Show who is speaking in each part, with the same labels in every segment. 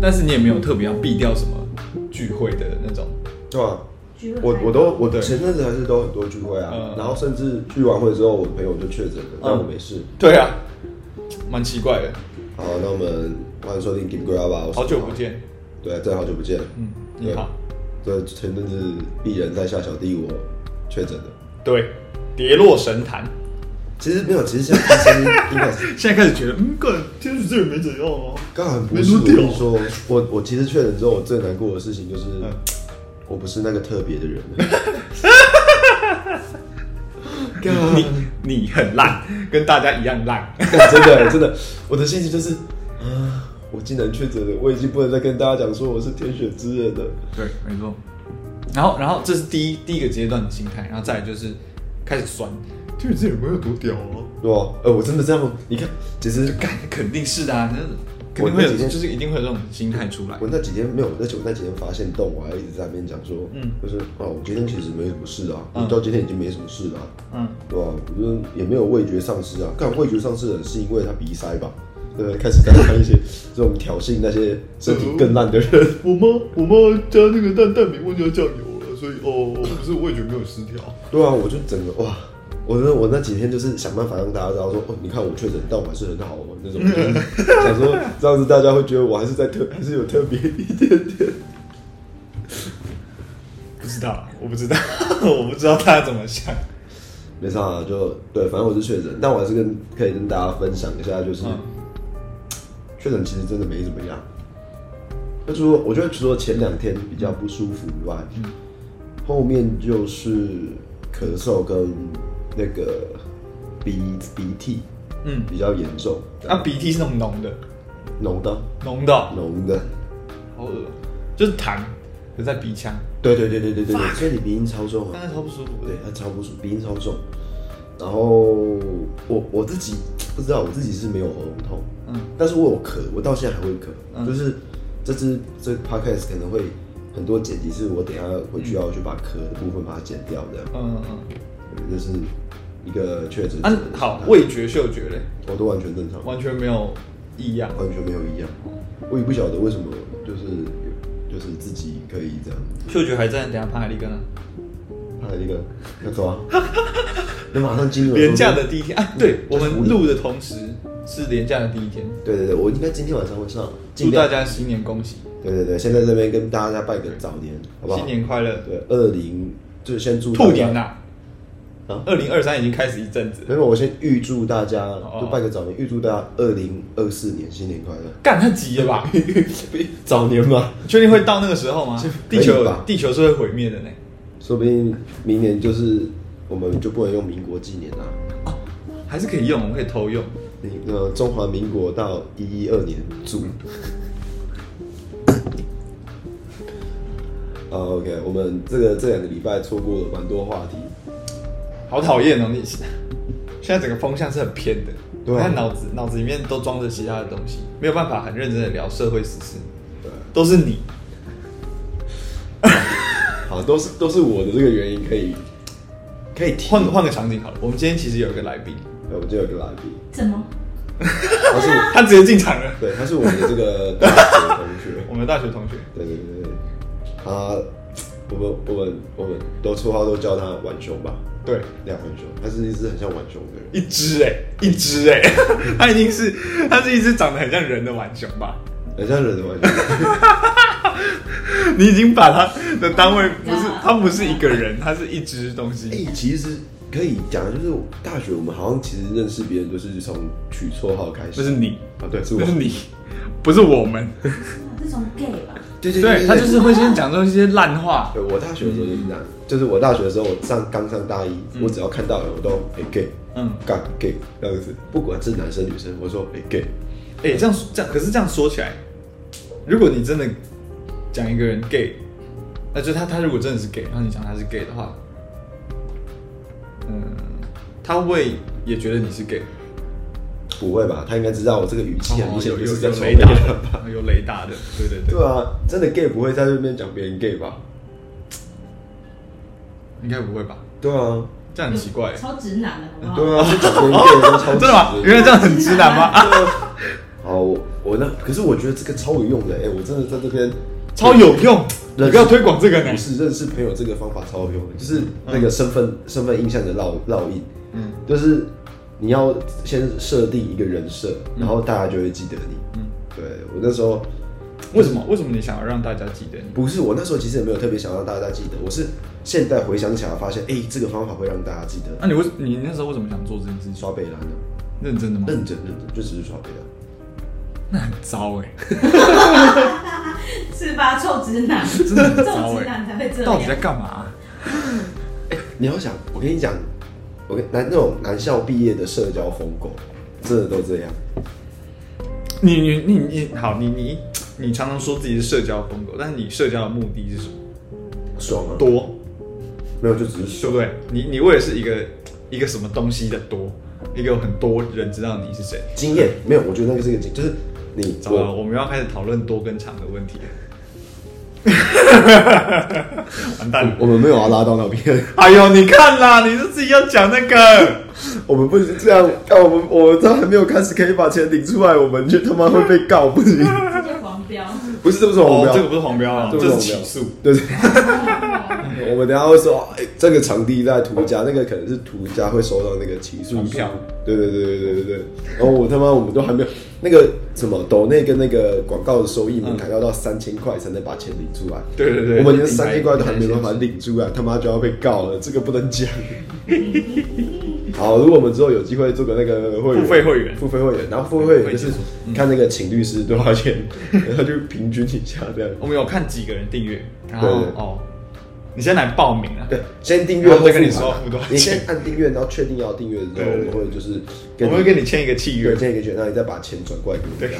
Speaker 1: 但是你也没有特别要避掉什么聚会的那种，
Speaker 2: 对吧、
Speaker 3: 聚会
Speaker 2: 我
Speaker 3: 还
Speaker 2: 我都我
Speaker 1: 对
Speaker 2: 前阵子还是都很多聚会啊，
Speaker 1: 嗯
Speaker 2: 然后甚至聚完会之后，我朋友就确诊了，但我没事。
Speaker 1: 对啊，蛮奇怪的，
Speaker 2: 好，那我们欢迎收听 Give Grab 吧，我是
Speaker 1: 好久不，见，
Speaker 2: 对，真的好久不见。
Speaker 1: 嗯，你好，
Speaker 2: 对，前阵子鄙人在下小弟我确诊了，
Speaker 1: 对，跌落神坛，
Speaker 2: 其实没有，其实现在医生应该 是
Speaker 1: 现在开始觉得，嗯，个人天使这人没怎样哦，
Speaker 2: 刚很不
Speaker 1: 没
Speaker 2: 是。
Speaker 1: 录
Speaker 2: 我跟
Speaker 1: 掉
Speaker 2: 你说，我我其实确诊之后，我最难过的事情就是
Speaker 1: 嗯，
Speaker 2: 我不是那个特别的人。
Speaker 1: 你你很烂，跟大家一样烂，
Speaker 2: 真的欸真的，我的心情就是啊，我竟然确诊了，我已经不能再跟大家讲说我是天选之人了。
Speaker 1: 对，没错。然后，然后这是第一第一个阶段的心态，然后再来就是开始酸，天使这人没有多屌啊，
Speaker 2: 对吧？呃，我真的这样，你看，其实
Speaker 1: 干肯定是的啊，那肯
Speaker 2: 我
Speaker 1: 定会有，
Speaker 2: 那几天
Speaker 1: 就是一定会有这种心态出来
Speaker 2: 我，那几天没有，而且我那几天发现动，我还一直在那边讲说，
Speaker 1: 嗯
Speaker 2: 就是哦，我今天其实没什么事啊，
Speaker 1: 嗯
Speaker 2: 我到今天已经没什么事了啊、
Speaker 1: 嗯，
Speaker 2: 对吧、我就是也没有味觉丧失啊，干味觉丧失的人是因为他鼻塞吧？对不对？开始在看一些这种挑衅那些身体更烂的人，
Speaker 1: 我妈我妈加那个蛋蛋饼忘记加酱油了，所以哦，不是味觉没有失调。
Speaker 2: 对啊，我就整个哇，我那我那几天就是想办法让大家知道说，哦，你看我确诊，但我还是很好哦，那种，
Speaker 1: 嗯
Speaker 2: 就是 想说这样子大家会觉得我还是在特 还是有特别一点点。
Speaker 1: 不知道，我不知道， 我不知道大家怎么想。
Speaker 2: 没啥、啊，就对，反正我是确诊，但我还是跟可以跟大家分享一下，就是
Speaker 1: 嗯
Speaker 2: 确诊、其实真的没怎么样。那除了我觉得除了前两天比较不舒服以外，
Speaker 1: 嗯
Speaker 2: 后面就是咳嗽跟那个鼻鼻涕
Speaker 1: 嗯，啊
Speaker 2: 比较严重，
Speaker 1: 那鼻涕是那种浓的，
Speaker 2: 浓的
Speaker 1: 浓的哦，
Speaker 2: 浓的，
Speaker 1: 好恶，就是痰留在鼻腔，
Speaker 2: 对对对对对对对，所以你鼻音超重啊
Speaker 1: 但，是超不舒服的
Speaker 2: 对，。它超不舒服，鼻音超重。然后我我自己不知道，我自己是没有喉咙痛，
Speaker 1: 嗯
Speaker 2: 但是我有咳，我到现在还会咳，
Speaker 1: 嗯
Speaker 2: 就是这支这 podcast 可能会很多剪辑是我等一下回去要去把咳的部分把它剪掉的，
Speaker 1: 嗯嗯
Speaker 2: 这是一个确诊
Speaker 1: 嗯。
Speaker 2: 者的
Speaker 1: 啊
Speaker 2: 心，态。
Speaker 1: 好，味觉、嗅觉嘞，
Speaker 2: 我都完全正常，
Speaker 1: 完全没有异样。
Speaker 2: 完全没有一样，我也不晓得为什么，就是就是自己可以这样，
Speaker 1: 嗅觉还在，等一下帕海利根啊，
Speaker 2: 还有一个要走啊， 那马上进入了
Speaker 1: 廉价的第一天啊，对
Speaker 2: 就
Speaker 1: 我
Speaker 2: 是无
Speaker 1: 们
Speaker 2: 理
Speaker 1: 录的同时是廉价的第一天，
Speaker 2: 对对对，我应该今天晚上会上，
Speaker 1: 祝
Speaker 2: 尽量
Speaker 1: 大家新年恭喜，
Speaker 2: 对对对，先在这边跟大家拜个早年，好不好？
Speaker 1: 新年快乐，
Speaker 2: 对，二零就是先祝大家
Speaker 1: 兔年啊呐、
Speaker 2: 啊
Speaker 1: 二零二三已经开始一阵子了，
Speaker 2: 没有，我先预祝大家
Speaker 1: 哦，
Speaker 2: 就拜个早年，预祝大家二零二四年新年快乐，
Speaker 1: 干他急了吧？
Speaker 2: 早年嘛，
Speaker 1: 你 确定会到那个时候吗？地
Speaker 2: 可
Speaker 1: 球
Speaker 2: 以吧
Speaker 1: 地球是会毁灭的呢。
Speaker 2: 说不定明年就是我们就不能用民国纪年啦、
Speaker 1: 哦，还是可以用，我们可以偷用。
Speaker 2: 你呃，中华民国到一一二年组。 啊，OK，我们这个这两个礼拜错过了蛮多话题，
Speaker 1: 好讨厌哦！你现在整个风向是很偏的，
Speaker 2: 对啊
Speaker 1: 他脑子脑子里面都装着其他的东西，没有办法很认真的聊社会时事，
Speaker 2: 对，
Speaker 1: 都是你。
Speaker 2: 好，都是都是我的这个原因可以可以提
Speaker 1: 换换个场景好了，我们今天其实有一个来宾，
Speaker 2: 对我们就有一个来宾，
Speaker 3: 怎么？
Speaker 2: 他是
Speaker 1: 他直接进场了，
Speaker 2: 对，他是我们的 这个大学同学，
Speaker 1: 我们的大学同学，
Speaker 2: 对对对对，他我们我们我们都绰号都叫他浣熊吧，
Speaker 1: 对，
Speaker 2: 亮浣熊，他是一只很像浣熊的人，
Speaker 1: 一只哎、一只哎、 他已经是他是一只长得很像人的浣熊吧？
Speaker 2: 很像人的浣熊，
Speaker 1: 你已经把他的单位不是
Speaker 3: Yeah.
Speaker 1: 他不是一个人，他是一只东
Speaker 2: 哎、
Speaker 1: 西。
Speaker 2: 其实可以讲的就是大学我们好像其实认识别人都是从取绰号开始，
Speaker 1: 那是你，
Speaker 2: 啊，对，是我
Speaker 1: 那，是你，不是我们。
Speaker 3: 啊这种 gay 吧？
Speaker 2: 对对
Speaker 1: 对他就是会先讲这些烂话。
Speaker 2: 对我大学的时候就是这样，就是我大学的时候，我上刚上大一，我只要看到人，我都哎、gay，
Speaker 1: 嗯
Speaker 2: 干 gay 这样子，不管是男生女生，我说哎、gay，
Speaker 1: 哎、这样这样，可是这样说起来，如果你真的讲一个人 gay，那就他他如果真的是 gay，然后你讲他是 gay 的话，嗯，他会也觉得你是 gay，
Speaker 2: 不会吧？他应该知道我这个语气很明显
Speaker 1: 哦有
Speaker 2: 就
Speaker 1: 有
Speaker 2: 是在
Speaker 1: 有
Speaker 2: 说
Speaker 1: 雷达的，有雷达的，对对对，
Speaker 2: 对啊，真的 gay 不会在那边讲别人 gay 吧？
Speaker 1: 应该不会吧？
Speaker 2: 对啊，
Speaker 1: 这 样很奇怪，
Speaker 3: 超直男的，好不好？
Speaker 2: 对啊，就讲别人 gay 都 超
Speaker 1: 哦真的吗？
Speaker 2: 直
Speaker 1: 原来这样很直男 吗？啊，
Speaker 2: 好，我我那可是我觉得这个超有用的，哎、我真的在这边
Speaker 1: 超有用，你不要推广这个
Speaker 2: 不
Speaker 1: 呢。
Speaker 2: 是认识朋友这个方法超有用的，就是那个身份、身份印象的烙烙印，
Speaker 1: 嗯
Speaker 2: 就是你要先设定一个人设，然后大家就会记得你。
Speaker 1: 嗯，
Speaker 2: 对我那时候
Speaker 1: 为什么？为什么你想要让大家记得你？
Speaker 2: 不是我那时候其实也没有特别想让大家记得，我是现在回想起来发现，哎、这个方法会让大家记得。
Speaker 1: 那你为你那时候为什么想做这件事情？
Speaker 2: 刷背篮的，
Speaker 1: 认真的吗？
Speaker 2: 认真认真，就只是刷背篮。
Speaker 1: 那很糟哎，
Speaker 3: 是吧？臭直男，
Speaker 1: 真的很
Speaker 3: 这
Speaker 1: 糟
Speaker 3: 种直
Speaker 1: 哎，
Speaker 3: 男才会这
Speaker 1: 到底在
Speaker 3: 样。
Speaker 1: 干嘛？
Speaker 2: 你要想，我跟你讲，我跟男那种男校毕业的社交疯狗，真的都这样。
Speaker 1: 你你你你好，你你你常常说自己是社交疯狗，但是你社交的目的是什么？
Speaker 2: 爽啊！
Speaker 1: 多，
Speaker 2: 没有，就只是
Speaker 1: 对
Speaker 2: 爽。
Speaker 1: 不对？你你为的是一个一个什么东西的多，一个有很多人知道你是谁。
Speaker 2: 经验没有，我觉得那个是一个经，就是你
Speaker 1: 糟了，
Speaker 2: 我
Speaker 1: 我们要开始讨论多跟长的问题 了。完蛋了！
Speaker 2: 我们没有要拉到那边，
Speaker 1: 哎呦，你看啦，你是自己要讲那个，
Speaker 2: 我们不是这样。看我们我们都还没有开始可以把钱领出来，我们就他妈会被告，不行，
Speaker 3: 直接黄标，
Speaker 2: 不哦是这不是我
Speaker 1: 哦
Speaker 2: 们，
Speaker 1: 这个不是黄标啊，
Speaker 2: 这
Speaker 1: 这
Speaker 2: 不是
Speaker 1: 是
Speaker 2: 黄标
Speaker 1: 起诉。
Speaker 2: 对对。 我们等一下会说，哎、这个场地在涂家，那个可能是涂家会收到那个起诉
Speaker 1: 传
Speaker 2: 书
Speaker 1: 票。
Speaker 2: 对对对对对对对。然后我他妈我们都还没有那个什么抖内跟那个广告的收益门槛要到三千块才能把钱领出来。
Speaker 1: 嗯对对对，
Speaker 2: 我们连
Speaker 1: 品牌
Speaker 2: 三千块都还没办
Speaker 1: 品牌
Speaker 2: 法
Speaker 1: 先
Speaker 2: 领出来，他妈就要被告了，这个不能讲。 好，如果我们之后有机会做个那个会员，
Speaker 1: 付费会员
Speaker 2: 付费会员，然后付费会员就是
Speaker 1: 付费嗯解锁
Speaker 2: 看那个请律师多少钱， 然后就平均一下这样。
Speaker 1: 我们有看几个人订阅，然后
Speaker 2: 对对
Speaker 1: 哦，你先来报名啊。
Speaker 2: 对，先订阅
Speaker 1: 然后
Speaker 2: 后
Speaker 1: 再跟你
Speaker 2: 付款
Speaker 1: 说付多少
Speaker 2: 你先
Speaker 1: 钱
Speaker 2: 按订阅，然后确定要订阅之后，
Speaker 1: 对
Speaker 2: 我
Speaker 1: 对
Speaker 2: 们会就是
Speaker 1: 我
Speaker 2: 跟
Speaker 1: 们会跟你签一个契约
Speaker 2: 对，签一个券，然后你再把钱转过来给我们。
Speaker 1: 对，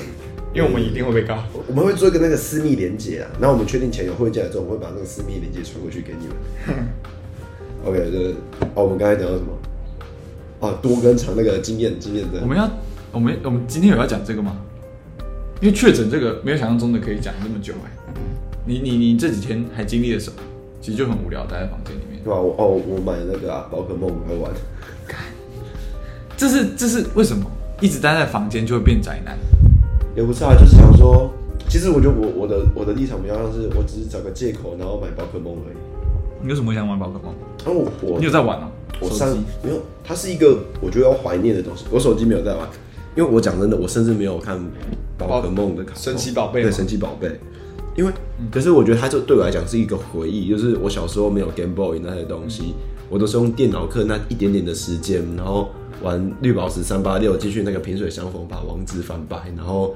Speaker 1: 因为我们一定会被告。
Speaker 2: 我们会做一个那个私密连接啊，然后我们确定钱有汇进来之后，我们会把那个私密连接传过去给你们。OK，这个哦，我们刚才讲到什么？哦，多跟长那个经验，经验的。
Speaker 1: 我们要，我们我们今天有要讲这个吗？因为确诊这个没有想象中的可以讲那么久哎、你你你这几天还经历了什么？其实就很无聊，待在房间里面。
Speaker 2: 对吧？我哦，我买那个啊，宝可梦我会玩。
Speaker 1: 这是这是为什么？一直待在房间就会变宅男？
Speaker 2: 也不是啊，就是想说，其实我觉得我我的我的立场比较像是，我只是找个借口，然后买宝可梦而已。
Speaker 1: 你有什么想玩宝可梦？
Speaker 2: 然后我我
Speaker 1: 你有在玩吗？
Speaker 2: 我
Speaker 1: 手
Speaker 2: 上
Speaker 1: 机
Speaker 2: 没有，它是一个我觉得要怀念的东西。我手机没有在玩，因为我讲真的，我甚至没有看宝可梦的卡通
Speaker 1: 神奇宝贝吗
Speaker 2: 对神奇宝贝，因为、可是我觉得它就对我来讲是一个回忆，就是我小时候没有 Game Boy 那些东西，
Speaker 1: 嗯
Speaker 2: 我都是用电脑课那一点点的时间，然后玩绿宝石三八六，继续那个萍水相逢，把王子翻白，然后。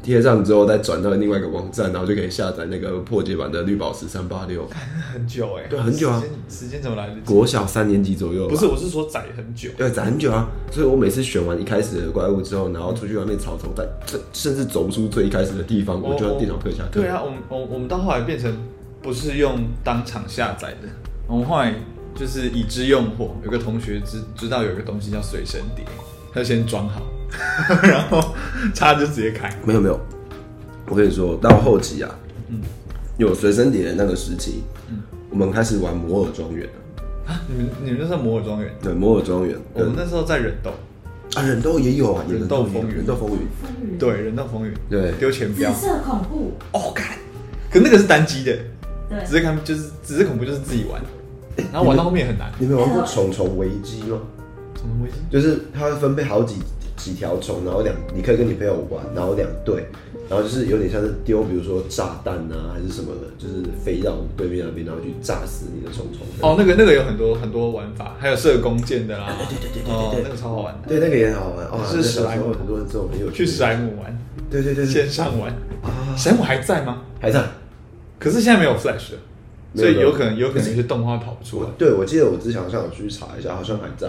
Speaker 2: 贴上之后再转到另外一个网站，然后就可以下载那个破解版的绿宝石三八六。
Speaker 1: 很久哎、
Speaker 2: 对很久啊
Speaker 1: 时间，时间怎么来得及？
Speaker 2: 国小三年级左右吧，
Speaker 1: 不是，我是说宅很久。
Speaker 2: 对，攒很久啊，所以我每次选完一开始的怪物之后，然后出去外面草丛，但甚甚至走不出最一开始的地方，我就要电脑课下课。
Speaker 1: 哦对，啊，我们我我们到后来变成不是用当场下载的，我们后来就是已知用货。有个同学知知道有一个东西叫随身碟，他就先装好， 然后插就直接开。
Speaker 2: 没有没有，我跟你说到后期啊，
Speaker 1: 嗯
Speaker 2: 有随身碟的那个时期，
Speaker 1: 嗯
Speaker 2: 我们开始玩摩尔庄园了。
Speaker 1: 啊，你们你们那时候摩尔庄园，
Speaker 2: 对，摩尔庄园
Speaker 1: 我
Speaker 2: 跟
Speaker 1: 们那时候在忍斗，
Speaker 2: 啊，忍豆也有啊，也
Speaker 1: 哦忍
Speaker 2: 忍
Speaker 1: 豆
Speaker 2: 豆也有
Speaker 1: 风云
Speaker 2: 忍豆风云，
Speaker 3: 风 雨
Speaker 1: 对，忍斗风云，
Speaker 2: 对
Speaker 1: 丢钱
Speaker 3: 紫
Speaker 1: 标。
Speaker 3: 色恐怖，
Speaker 1: 哦，看，可那个是单机的，
Speaker 3: 对，
Speaker 1: 只是看就是只是恐怖就是自己玩，然后玩到后面也很难。
Speaker 2: 你没有玩过虫虫危机吗？
Speaker 1: 什么危机？
Speaker 2: 就是它会分配好几几条虫，然后两你可以跟你朋友玩，然后两队，然后就是有点像是丢，比如说炸弹啊还是什么的，就是飞到对面那边，然后去炸死你的虫虫。
Speaker 1: 哦，那个那个有很多很多玩法，还有射弓箭的啦，
Speaker 2: 对对对对对
Speaker 1: 哦
Speaker 2: 对，
Speaker 1: 那个超好玩的。
Speaker 2: 对，那个也很好玩哦。
Speaker 1: 是
Speaker 2: 那
Speaker 1: 史莱
Speaker 2: 小时
Speaker 1: 姆
Speaker 2: 候很多人这种很有
Speaker 1: 去
Speaker 2: 趣
Speaker 1: 啊
Speaker 2: 的
Speaker 1: 史莱姆玩，
Speaker 2: 对对对对，
Speaker 1: 线上玩，
Speaker 2: 啊
Speaker 1: 史莱姆还在吗？
Speaker 2: 还在。
Speaker 1: 可是现在没有 Flash 了，
Speaker 2: 没
Speaker 1: 所
Speaker 2: 有
Speaker 1: 以有
Speaker 2: 了
Speaker 1: 可能有可能一些动画跑不出
Speaker 2: 我
Speaker 1: 来，
Speaker 2: 对我记得我之前好像有去查一下，好像还在。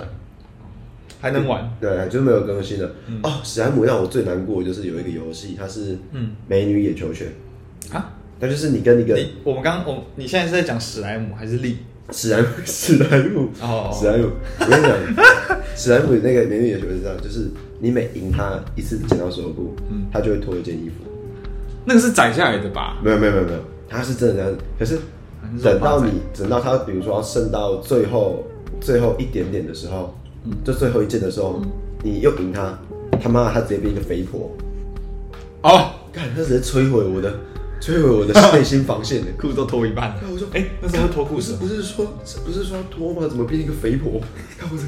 Speaker 1: 还能玩。
Speaker 2: 对，就是没有更新了。哦，史莱姆让我最难过的就是有一个游戏，它是
Speaker 1: 嗯
Speaker 2: 美女野球拳，
Speaker 1: 啊，
Speaker 2: 它就是你跟一个
Speaker 1: 你我们刚刚我你现在是在讲史莱姆还是力？
Speaker 2: 史莱姆， 史莱姆，
Speaker 1: 哦
Speaker 2: 史莱姆，我跟你讲，史莱姆那个美女野球是这样，就是你每赢他一次剪刀石头布，
Speaker 1: 嗯
Speaker 2: 他就会脱一件衣服。
Speaker 1: 那个是宰下来的吧？
Speaker 2: 没有没有没有没有，他是真的这样。可是
Speaker 1: 还是说
Speaker 2: 等到
Speaker 1: 把宰
Speaker 2: 你等到他，比如说要剩到最后最后一点点的时候，
Speaker 1: 嗯
Speaker 2: 就最后一件的时候，你又赢他，他妈的他直接变一个肥婆，
Speaker 1: 哦，
Speaker 2: 干，他直接摧毁我的摧毁我的内心防线的。
Speaker 1: 裤子都脱一半了。
Speaker 2: 那我说，
Speaker 1: 哎、那时候脱裤
Speaker 2: 不是
Speaker 1: 子
Speaker 2: 不是说不是说要脱吗？怎么变一个肥婆？ 然后我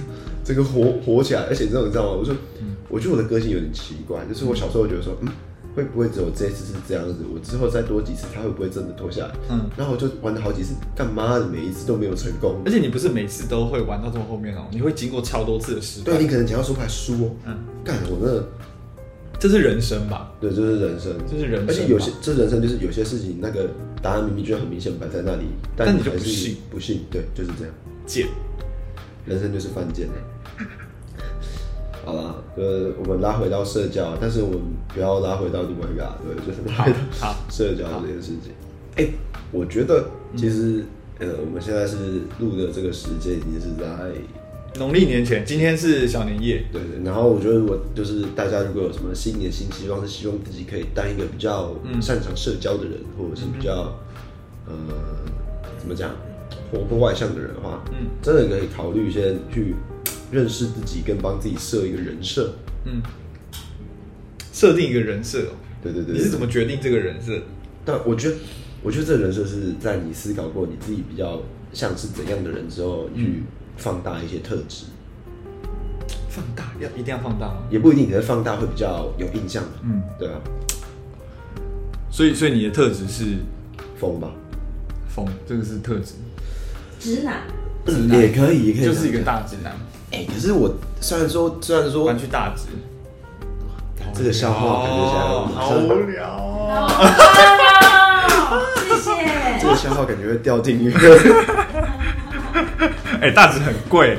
Speaker 2: 整个活活起来，而且你知道你知道吗？我说，
Speaker 1: 嗯
Speaker 2: 我觉得我的个性有点奇怪，就是我小时候觉得说，嗯，会不会只有这一次是这样子？我之后再多几次，他会不会真的脱下来？
Speaker 1: 嗯，
Speaker 2: 然后我就玩了好几次，干嘛的每一次都没有成功。
Speaker 1: 而且你不是每次都会玩到这么后面哦，你会经过超多次的失败
Speaker 2: 对。你可能讲到说还输哦，
Speaker 1: 嗯，
Speaker 2: 干我真的，
Speaker 1: 这是人生吧？
Speaker 2: 对，这是人生，
Speaker 1: 这是人生吧
Speaker 2: 而且有些这人生就是有些事情，那个答案明明就很明显摆在那里，
Speaker 1: 但
Speaker 2: 你
Speaker 1: 你就
Speaker 2: 还
Speaker 1: 不
Speaker 2: 是
Speaker 1: 信，
Speaker 2: 不信，对，就是这样。
Speaker 1: 贱，
Speaker 2: 人生就是犯贱欸好啦，呃，我们拉回到社交，但是我们不要拉回到 Oh my God，对，就是拉回到
Speaker 1: 好
Speaker 2: 社交这件事情。哎、我觉得其实、呃，我们现在是录的这个时间已经是在
Speaker 1: 农历年前，今天是小年夜，
Speaker 2: 对对，然后我觉得我就是大家如果有什么新年新希望，是希望自己可以当一个比较
Speaker 1: 嗯
Speaker 2: 擅长社交的人，或者是比较、呃怎么讲活泼外向的人的话，
Speaker 1: 嗯
Speaker 2: 真的可以考虑先去认识自己，跟帮自己设一个人设。
Speaker 1: 嗯，设定一个人设哦。
Speaker 2: 对对对
Speaker 1: 你是
Speaker 2: 对
Speaker 1: 怎么决定这个人设？
Speaker 2: 但我觉得，我觉得这个人设是在你思考过你自己比较像是怎样的人之后，
Speaker 1: 嗯
Speaker 2: 去放大一些特质，
Speaker 1: 放大要一定要放大吗？
Speaker 2: 也不一定，可是放大会比较有印象。
Speaker 1: 嗯，
Speaker 2: 对啊，
Speaker 1: 所以所以你的特质是
Speaker 2: 疯吧，
Speaker 1: 疯，这个是特质，
Speaker 3: 直男，
Speaker 2: 也可以，也可以，
Speaker 1: 就是一个。大直男，
Speaker 2: 哎、可是我虽然说，虽然说
Speaker 1: 玩去大直。
Speaker 2: 这个笑话感觉起来我马
Speaker 1: 好
Speaker 2: 上
Speaker 1: 无聊哦。
Speaker 3: 好棒哦 谢
Speaker 2: 这
Speaker 3: 谢。
Speaker 2: 个笑话感觉会掉进去，
Speaker 1: 哎、大直很贵，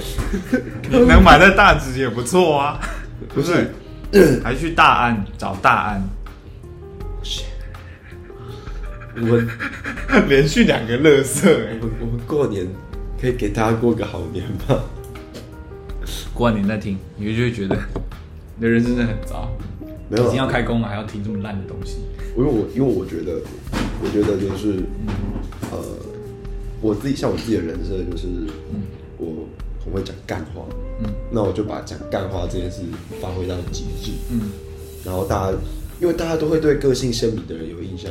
Speaker 1: 你能买在大直也不错啊，
Speaker 2: 不是？
Speaker 1: 还去大安找大安，
Speaker 2: 我们
Speaker 1: 连续两个乐色哎
Speaker 2: 我。们我们过年可以给大家过个好年吧？
Speaker 1: 过完年再听，你就会觉得你的人生真的很糟，
Speaker 2: 没有啊
Speaker 1: 已经要开工了，还要听这么烂的东西。
Speaker 2: 因为我因为我觉得，我觉得就是，
Speaker 1: 嗯
Speaker 2: 呃，我自己像我自己的人设就是，我很会讲干话，
Speaker 1: 嗯
Speaker 2: 那我就把讲干话这件事发挥到极致，
Speaker 1: 嗯，
Speaker 2: 然后大家，因为大家都会对个性鲜明的人有印象，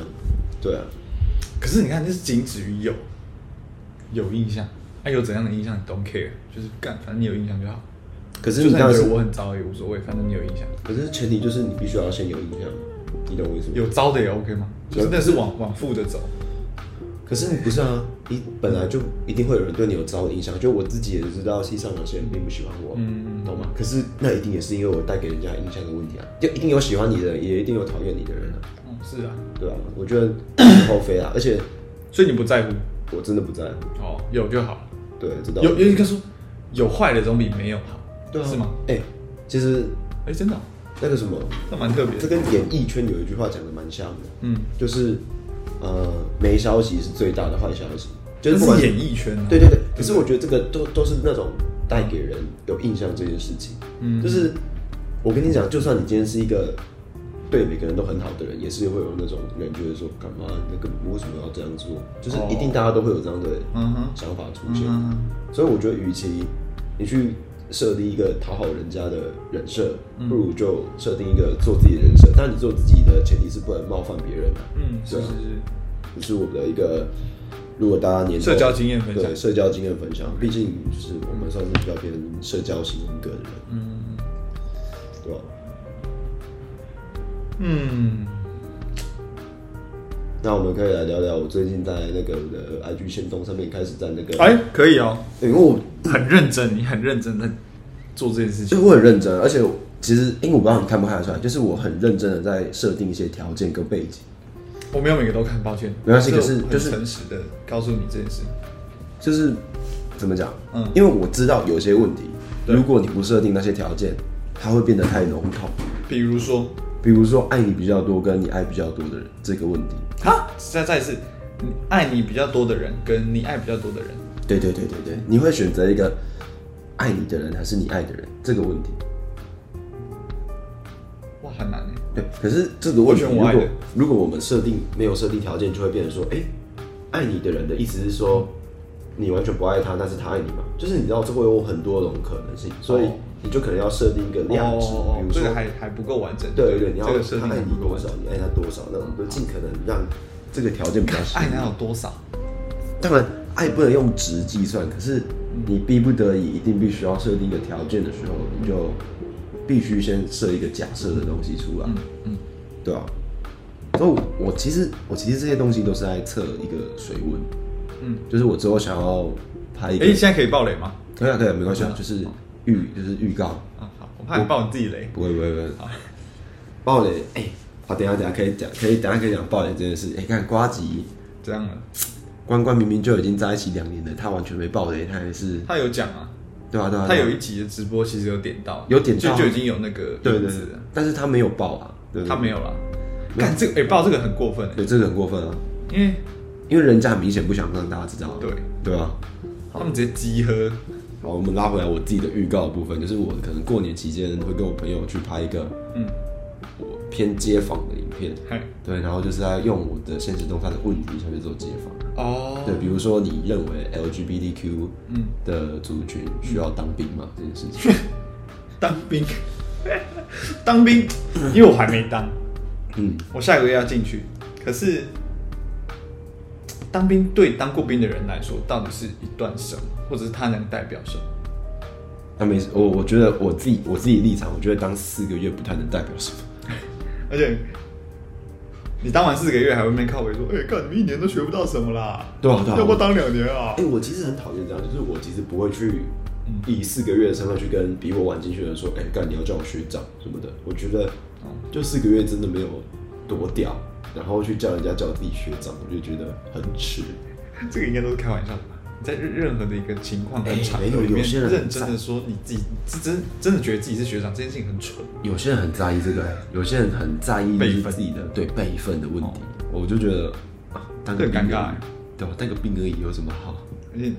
Speaker 2: 对啊，
Speaker 1: 可是你看，这是仅止于有有印象，那、有怎样的印象你 don't care，就是干，反正你有印象就好。
Speaker 2: 可
Speaker 1: 就是算
Speaker 2: 你
Speaker 1: 你
Speaker 2: 当
Speaker 1: 觉
Speaker 2: 时
Speaker 1: 得，我很糟也无所谓，反正你有印象，
Speaker 2: 可是前提就是你必须要先有印象，你懂我意思吗？
Speaker 1: 有糟的也 OK 吗？就是那是往往负的走。
Speaker 2: 可是你不是啊，你本来就一定会有人对你有糟的印象，就我自己也知道，西上有些人并不喜欢我，
Speaker 1: 嗯
Speaker 2: 懂吗？可是那一定也是因为我带给人家印象的问题啊，就一定有喜欢你的人，也一定有讨厌你的人啊，
Speaker 1: 嗯，是啊，
Speaker 2: 对吧、我觉得无可厚非啊，而且
Speaker 1: 所以你不在乎
Speaker 2: 我真的不在乎，
Speaker 1: 哦，有就好了。
Speaker 2: 对，知道
Speaker 1: 有有应该说，有坏的总比没有好，
Speaker 2: 对啊，
Speaker 1: 是吗？？
Speaker 2: 哎、其实
Speaker 1: 哎、真的哦、
Speaker 2: 那个什么，
Speaker 1: 这蛮特别
Speaker 2: 这
Speaker 1: 的。
Speaker 2: 跟演艺圈有一句话讲的蛮像的，
Speaker 1: 嗯，
Speaker 2: 就是呃，没消息是最大的坏消息，就
Speaker 1: 就是
Speaker 2: 不
Speaker 1: 是
Speaker 2: 管
Speaker 1: 演艺圈、啊，
Speaker 2: 对对对，可是我觉得这个都都是那种带给人有印象这件事情。
Speaker 1: 嗯
Speaker 2: 就是我跟你讲，就算你今天是一个对每个人都很好的人，也是会有那种人觉得说，干嘛那个为什么要这样做？就是一定大家都会有这样的
Speaker 1: 哦嗯哼
Speaker 2: 想法出
Speaker 1: 嗯
Speaker 2: 现。
Speaker 1: 哼
Speaker 2: 所以我觉得，与其你去设立一个讨好人家的人设，不如就设定一个做自己的人设。但你做自己的前提是不能冒犯别人啊。
Speaker 1: 嗯，是
Speaker 2: 对
Speaker 1: 是
Speaker 2: 啊
Speaker 1: 是。
Speaker 2: 这是我们的一个，如果大家年头
Speaker 1: 社交经验分享
Speaker 2: 对社交经验分享，毕竟就是我们算是比较偏社交型人格的人，
Speaker 1: 嗯
Speaker 2: 对吧？
Speaker 1: 嗯，
Speaker 2: 那我们可以来聊聊我最近在那个我的 IG 线动上面开始在那个，
Speaker 1: 哎、可以哦，
Speaker 2: 对，因为我
Speaker 1: 很认真，你很认真在做这件事
Speaker 2: 就
Speaker 1: 情。
Speaker 2: 是我很认真，而且我其实因为我不知道你看不看得出来，就是我很认真的在设定一些条件跟背景。
Speaker 1: 我没有每个都看，抱歉。
Speaker 2: 没关系
Speaker 1: 这
Speaker 2: 可是
Speaker 1: 我
Speaker 2: 就
Speaker 1: 很
Speaker 2: 是
Speaker 1: 诚实的告诉你这件事。
Speaker 2: 就是怎么讲？
Speaker 1: 嗯
Speaker 2: 因为我知道有些问题，
Speaker 1: 对
Speaker 2: 如果你不设定那些条件，它会变得太笼统。
Speaker 1: 比如说，
Speaker 2: 比如说，爱你比较多跟你爱比较多的人这个问题。
Speaker 1: 哈，再再一次，你爱你比较多的人跟你爱比较多的人，
Speaker 2: 对对对对对，你会选择一个爱你的人还是你爱的人这个问题？
Speaker 1: 很难欸
Speaker 2: 对，可是这个问题
Speaker 1: 我
Speaker 2: 如
Speaker 1: 选我
Speaker 2: 果
Speaker 1: 爱的
Speaker 2: 如果我们设定没有设定条件，就会变成说，哎、爱你的人的意思是说，你完全不爱他，但是他爱你嘛？就是你知道这会有很多种可能性，所以
Speaker 1: 哦
Speaker 2: 你就可能要设定一个量值，
Speaker 1: 哦，
Speaker 2: 比如
Speaker 1: 这
Speaker 2: 说，
Speaker 1: 个还还不够完整。
Speaker 2: 对对对，你要
Speaker 1: 这个设
Speaker 2: 他
Speaker 1: 定
Speaker 2: 爱
Speaker 1: 还
Speaker 2: 你
Speaker 1: 不够
Speaker 2: 多
Speaker 1: 完
Speaker 2: 少
Speaker 1: 整。，
Speaker 2: 你爱他多少，那我们就尽可能让这个条件比较适
Speaker 1: 爱
Speaker 2: 应
Speaker 1: 能。有多少？
Speaker 2: 当然，爱不能用值计算，可是
Speaker 1: 嗯
Speaker 2: 你逼不得已一定必须要设定一个条件的时候，你就必须先设一个假设的东西出来。
Speaker 1: 嗯嗯，
Speaker 2: 对啊，所以我我其实我其实这些东西都是在测一个水温，
Speaker 1: 嗯，
Speaker 2: 就是我之后想要拍一个，
Speaker 1: 哎，现在哦可以爆雷吗？
Speaker 2: 可以啊可以啊没关系啊，就是预就是预告，
Speaker 1: 啊，好，我怕你爆你自己雷。
Speaker 2: 不会不会不会，暴雷哎，好，等一下等一下可以讲可以等一下可以讲暴雷这件事，哎、看瓜吉
Speaker 1: 这样啊了，
Speaker 2: 关关明明就已经在一起两年了，他完全没暴雷，他还是
Speaker 1: 他有讲啊，
Speaker 2: 对啊对啊，
Speaker 1: 他有
Speaker 2: 对啊
Speaker 1: 一集的直播其实有点到，
Speaker 2: 有点到
Speaker 1: 就就已经有那个
Speaker 2: 对
Speaker 1: 影
Speaker 2: 对
Speaker 1: 子
Speaker 2: 对
Speaker 1: 了，，
Speaker 2: 但是他没有爆啊，对
Speaker 1: 他没
Speaker 2: 有，
Speaker 1: 有啦。
Speaker 2: 没有
Speaker 1: 干这个，哎，爆这个很过分欸，
Speaker 2: 对这个很过分啊，
Speaker 1: 因为
Speaker 2: 因为人家很明显不想让大家知道，
Speaker 1: 对
Speaker 2: 对啊。
Speaker 1: 他们直接集合。
Speaker 2: 好，我们拉回来我自己的预告的部分，就是我可能过年期间会跟我朋友去拍一个
Speaker 1: 嗯，
Speaker 2: 我偏街访的影片，
Speaker 1: 嗨，
Speaker 2: 对，然后就是在用我的现实动态的问题上去做街访，
Speaker 1: 哦，
Speaker 2: 对，比如说你认为 LGBTQ
Speaker 1: 嗯
Speaker 2: 的族群需要当兵吗？这件事情，
Speaker 1: 当兵， 当兵，因为我还没当，
Speaker 2: 嗯，
Speaker 1: 我下个月要进去。可是，当兵对当过兵的人来说，到底是一段什么，或者是它能代表什么？
Speaker 2: 那没事，我我觉得我自己我自己立场，我觉得当四个月不太能代表什么，
Speaker 1: 而且，你当完四个月还会面靠背说：“哎、干你们一年都学不到什么啦，
Speaker 2: 对啊对啊
Speaker 1: 要不要当两年啊
Speaker 2: 哎、我其实很讨厌这样，就是我其实不会去以四个月的身份去跟比我晚进去的人说，哎、干你要叫我学长什么的。我觉得就四个月真的没有多屌，然后去叫人家叫自己学长，我就觉得很耻。？”
Speaker 1: 这个应该都是开玩笑的吧？你在任任何的一个情况跟
Speaker 2: 哎
Speaker 1: 场合
Speaker 2: 没有
Speaker 1: 里面，
Speaker 2: 有些人很
Speaker 1: 认真的说你自己真真真的觉得自己是学长，这件事情很蠢。
Speaker 2: 有些人很在意这个、有些人很在意
Speaker 1: 辈
Speaker 2: 就是
Speaker 1: 分
Speaker 2: 自己的对辈分的问题，我就觉得啊，当个
Speaker 1: 这很
Speaker 2: 兵
Speaker 1: 尴尬
Speaker 2: 而已对啊吧、当个兵而已有什么好？
Speaker 1: 而且，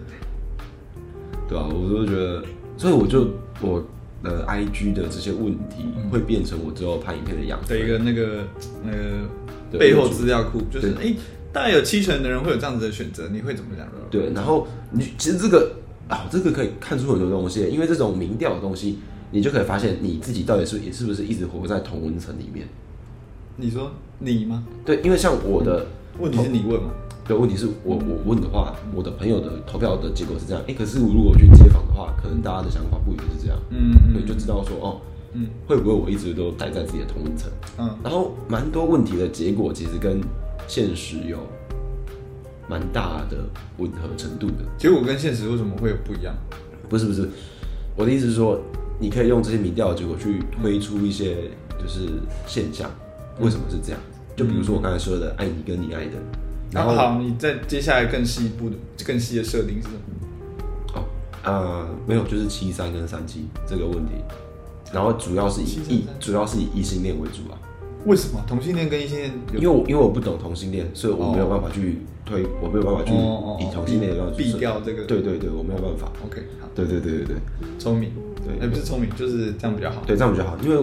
Speaker 2: 对啊，我就觉得，所以我就我呃，IG 的这些问题会变成我之后拍影片的样子
Speaker 1: 的。一个那个呃
Speaker 2: 对
Speaker 1: 背后资料库，就是哎、
Speaker 2: 对
Speaker 1: 大概有七成的人会有这样子的选择，你会怎么讲？
Speaker 2: 对，然后你其实这个啊，这个可以看出很多东西，因为这种民调的东西，你就可以发现你自己到底是也是不是一直活在同温层里面。
Speaker 1: 你说你吗？
Speaker 2: 对，因为像我的
Speaker 1: 问题是你问吗？
Speaker 2: 的问题是我我问的话，我的朋友的投票的结果是这样，哎，可是如果我去街访的话，可能大家的想法不一定是这样，
Speaker 1: 嗯
Speaker 2: 所以
Speaker 1: 嗯
Speaker 2: 就知道说哦，
Speaker 1: 嗯
Speaker 2: 会不会我一直都待在自己的同温层？
Speaker 1: 嗯，
Speaker 2: 然后蛮多问题的结果其实跟现实有蛮大的吻合程度的。
Speaker 1: 结果跟现实为什么会有不一样？
Speaker 2: 不是不是，我的意思是说，你可以用这些民调的结果去推出一些就是现象，为什么是这样？就比如说我刚才说的，爱你跟你爱的，
Speaker 1: 然
Speaker 2: 然后
Speaker 1: 后
Speaker 2: 哦
Speaker 1: 嗯啊好，你再接下来更细一步的、更细的设定是什么？
Speaker 2: 嗯啊、没有，就是七三跟三七这个问题，然后主要是以
Speaker 1: 73
Speaker 2: 异主要是以异性恋为主啊，
Speaker 1: 为什么同性恋跟异性恋有
Speaker 2: 因为我因为我不懂同性恋，所以我没有办法去推，我没有办法去
Speaker 1: 哦哦哦
Speaker 2: 以同性恋的标准
Speaker 1: 避掉这个
Speaker 2: 对对对，我没有办法，
Speaker 1: OK 好
Speaker 2: 对对对对对。
Speaker 1: 聪明？
Speaker 2: 对
Speaker 1: 哎、不是聪嗯明，就是这样比较好。
Speaker 2: 对，这样比较好，因为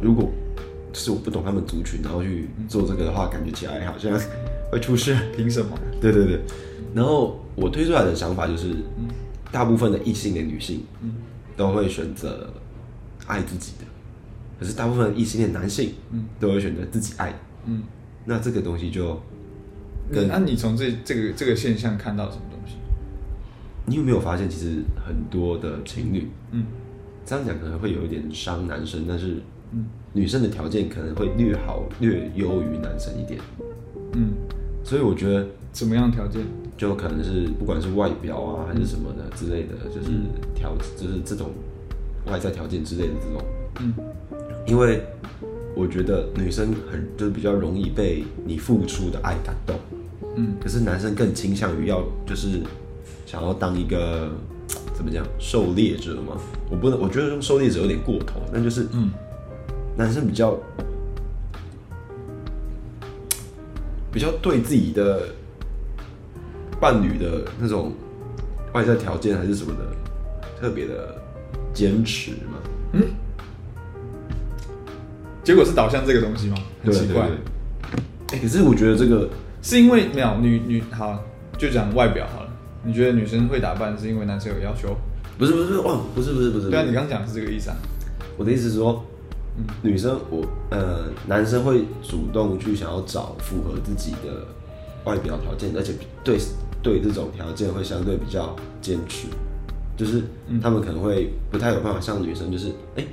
Speaker 2: 如果就是我不懂他们族群，然后去
Speaker 1: 嗯
Speaker 2: 做这个的话，感觉起来好像会出事。
Speaker 1: 凭什么？
Speaker 2: 对对对，然后我推出来的想法就是，大部分的异性恋女性
Speaker 1: 嗯
Speaker 2: 都会选择爱自己的，可是大部分异性恋男性
Speaker 1: 嗯
Speaker 2: 都会选择自己爱。
Speaker 1: 嗯，
Speaker 2: 那这个东西就
Speaker 1: 那、
Speaker 2: 跟
Speaker 1: 你从这这个这个现象看到什么东西？
Speaker 2: 你有没有发现，其实很多的情侣
Speaker 1: 嗯
Speaker 2: 这样讲可能会有一点伤男生，但是
Speaker 1: 嗯
Speaker 2: 女生的条件可能会略好略优于男生一点。
Speaker 1: 嗯，
Speaker 2: 所以我觉得
Speaker 1: 什么样的条件？
Speaker 2: 就可能是不管是外表啊还是什么的之类的，就是条就是这种外在条件之类的这种，
Speaker 1: 嗯
Speaker 2: 因为我觉得女生很就是比较容易被你付出的爱感动，
Speaker 1: 嗯
Speaker 2: 可是男生更倾向于要就是想要当一个怎么讲狩猎者嘛，我不能我觉得用狩猎者有点过头，但就是
Speaker 1: 嗯，
Speaker 2: 男生比较比较对自己的伴侣的那种外在条件还是什么的特别的坚持嘛。
Speaker 1: 结果是导向这个东西吗？很
Speaker 2: 对
Speaker 1: 奇
Speaker 2: 对
Speaker 1: 怪，
Speaker 2: 对。哎可是我觉得这个
Speaker 1: 是因为没有女女好，就讲外表好了。你觉得女生会打扮是因为男生有要求？
Speaker 2: 不是不是哦，不是不是不是。
Speaker 1: 对啊，
Speaker 2: 不
Speaker 1: 你
Speaker 2: 是
Speaker 1: 刚讲的是这个意思啊。
Speaker 2: 我的意思是说，
Speaker 1: 嗯
Speaker 2: 女生我呃，男生会主动去想要找符合自己的外表条件，而且对对这种条件会相对比较坚持，就是
Speaker 1: 嗯
Speaker 2: 他们可能会不太有办法像女生，就是哎、诶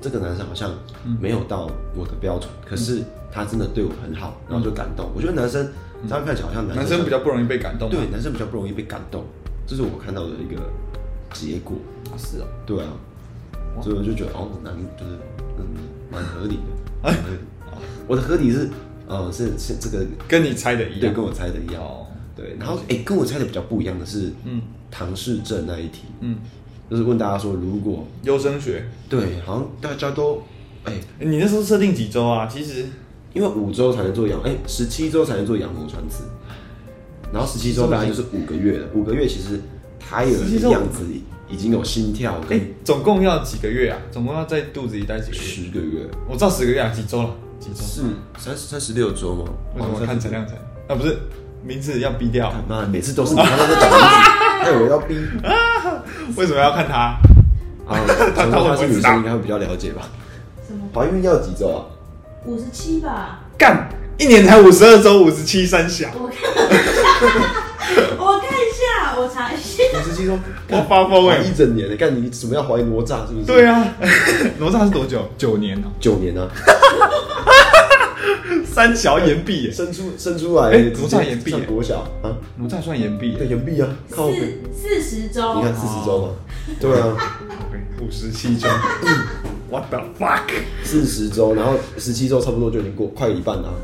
Speaker 2: 这个男生好像
Speaker 1: 嗯
Speaker 2: 没有到我的标准，可是他真的对我很好，然后就感动。我觉得男生这样看起来好像
Speaker 1: 嗯男
Speaker 2: 男
Speaker 1: 生比
Speaker 2: 比
Speaker 1: 较不容易被感动。
Speaker 2: 对，男生比较不容易被感动，这是我看到的一个结果。
Speaker 1: 啊是哦。
Speaker 2: 对啊，所以我就觉得哦，男就是嗯，蛮合理 的。蛮合理的我的合理是，呃，是是这个
Speaker 1: 跟你猜哎的一
Speaker 2: 对，
Speaker 1: 样。
Speaker 2: 跟我猜的一样。
Speaker 1: 哦
Speaker 2: 对，然后哎、诶跟我猜的比较不一样的是，
Speaker 1: 嗯
Speaker 2: 唐氏症那一题，
Speaker 1: 嗯，
Speaker 2: 就是问大家说，如果
Speaker 1: 优生学，
Speaker 2: 对，好像大家都哎、
Speaker 1: 你那时候设定几周啊？其实
Speaker 2: 因为五周才能做羊，哎、1十七周才能做羊膜穿刺，然后十七周大概就是五个月了。五个月其实胎儿
Speaker 1: 17
Speaker 2: 的
Speaker 1: 周
Speaker 2: 样子已经有心跳
Speaker 1: 哎、
Speaker 2: 跟
Speaker 1: 总共要几个月啊？总共要在肚子里待几个月？
Speaker 2: 十个月，
Speaker 1: 我知道十个月啊，几周了？几周？
Speaker 2: 是三十三十六周吗？
Speaker 1: 为什
Speaker 2: 好
Speaker 1: 么
Speaker 2: 像
Speaker 1: 看陈亮成？啊，不是，名字要逼掉。
Speaker 2: 妈的，每次都是你他妈在讲名字，害我要 逼。
Speaker 1: 为什么要看他？
Speaker 2: 啊，想说她是女生，应该会比较了解吧？
Speaker 3: 什么
Speaker 2: 怀孕要几周啊？
Speaker 3: 五十七吧？
Speaker 1: 干，一年才五十二周，五十七三小，
Speaker 3: 我看 一下，我看一下，我查一下。
Speaker 2: 五十七周，
Speaker 1: 我发疯哎、
Speaker 2: 哦怀一整年的，干你什么要怀哪吒是不是？
Speaker 1: 对， 啊，哪吒是多久？九年哦、
Speaker 2: 九年啊，
Speaker 1: 三小岩壁耶、
Speaker 2: 生出生出来，
Speaker 1: 哎
Speaker 2: 直接
Speaker 1: 哪吒也毕业
Speaker 2: 上国小啊，
Speaker 1: 哪吒算岩壁
Speaker 2: 对，
Speaker 1: 耶、
Speaker 2: 岩壁啊，靠北，
Speaker 3: 四四十周
Speaker 2: 你，看四十周嘛，对啊，
Speaker 1: 五十七周。What the fuck？
Speaker 2: 四十周，然后十七周差不多就已经过快一半了啊。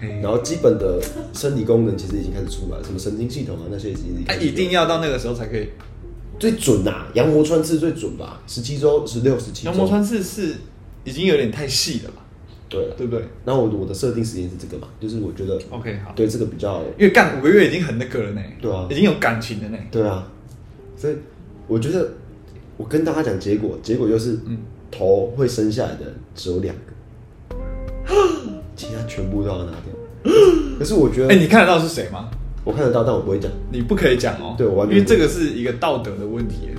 Speaker 1: 哎
Speaker 2: 然后基本的生理功能其实已经开始出来了，什么神经系统啊那些已经
Speaker 1: 哎、一定
Speaker 2: 要
Speaker 1: 要到那个时候才可以。
Speaker 2: 最准呐、啊，羊膜穿刺最准吧，十七周、十六、十七周。
Speaker 1: 羊膜穿刺是已经有点太细了吧？
Speaker 2: 对了，
Speaker 1: 对不对
Speaker 2: 然后我我的设定时间是这个嘛，就是我觉得
Speaker 1: ？OK，好。
Speaker 2: 对这个比较
Speaker 1: 因为干五个月已经很那个了呢，
Speaker 2: 对啊
Speaker 1: 已经有感情了呢。
Speaker 2: 对啊，所以我觉得我跟大家讲结果，结果就是
Speaker 1: 嗯
Speaker 2: 头会生下来的只有两个， 其他全部都要拿掉。 可是我觉
Speaker 1: 哎、
Speaker 2: 得
Speaker 1: 你看得到是谁吗？
Speaker 2: 我看得到，但我不会讲，
Speaker 1: 你不可以讲哦，
Speaker 2: 对我完
Speaker 1: 因
Speaker 2: 全
Speaker 1: 为这个是一个道德的问题耶。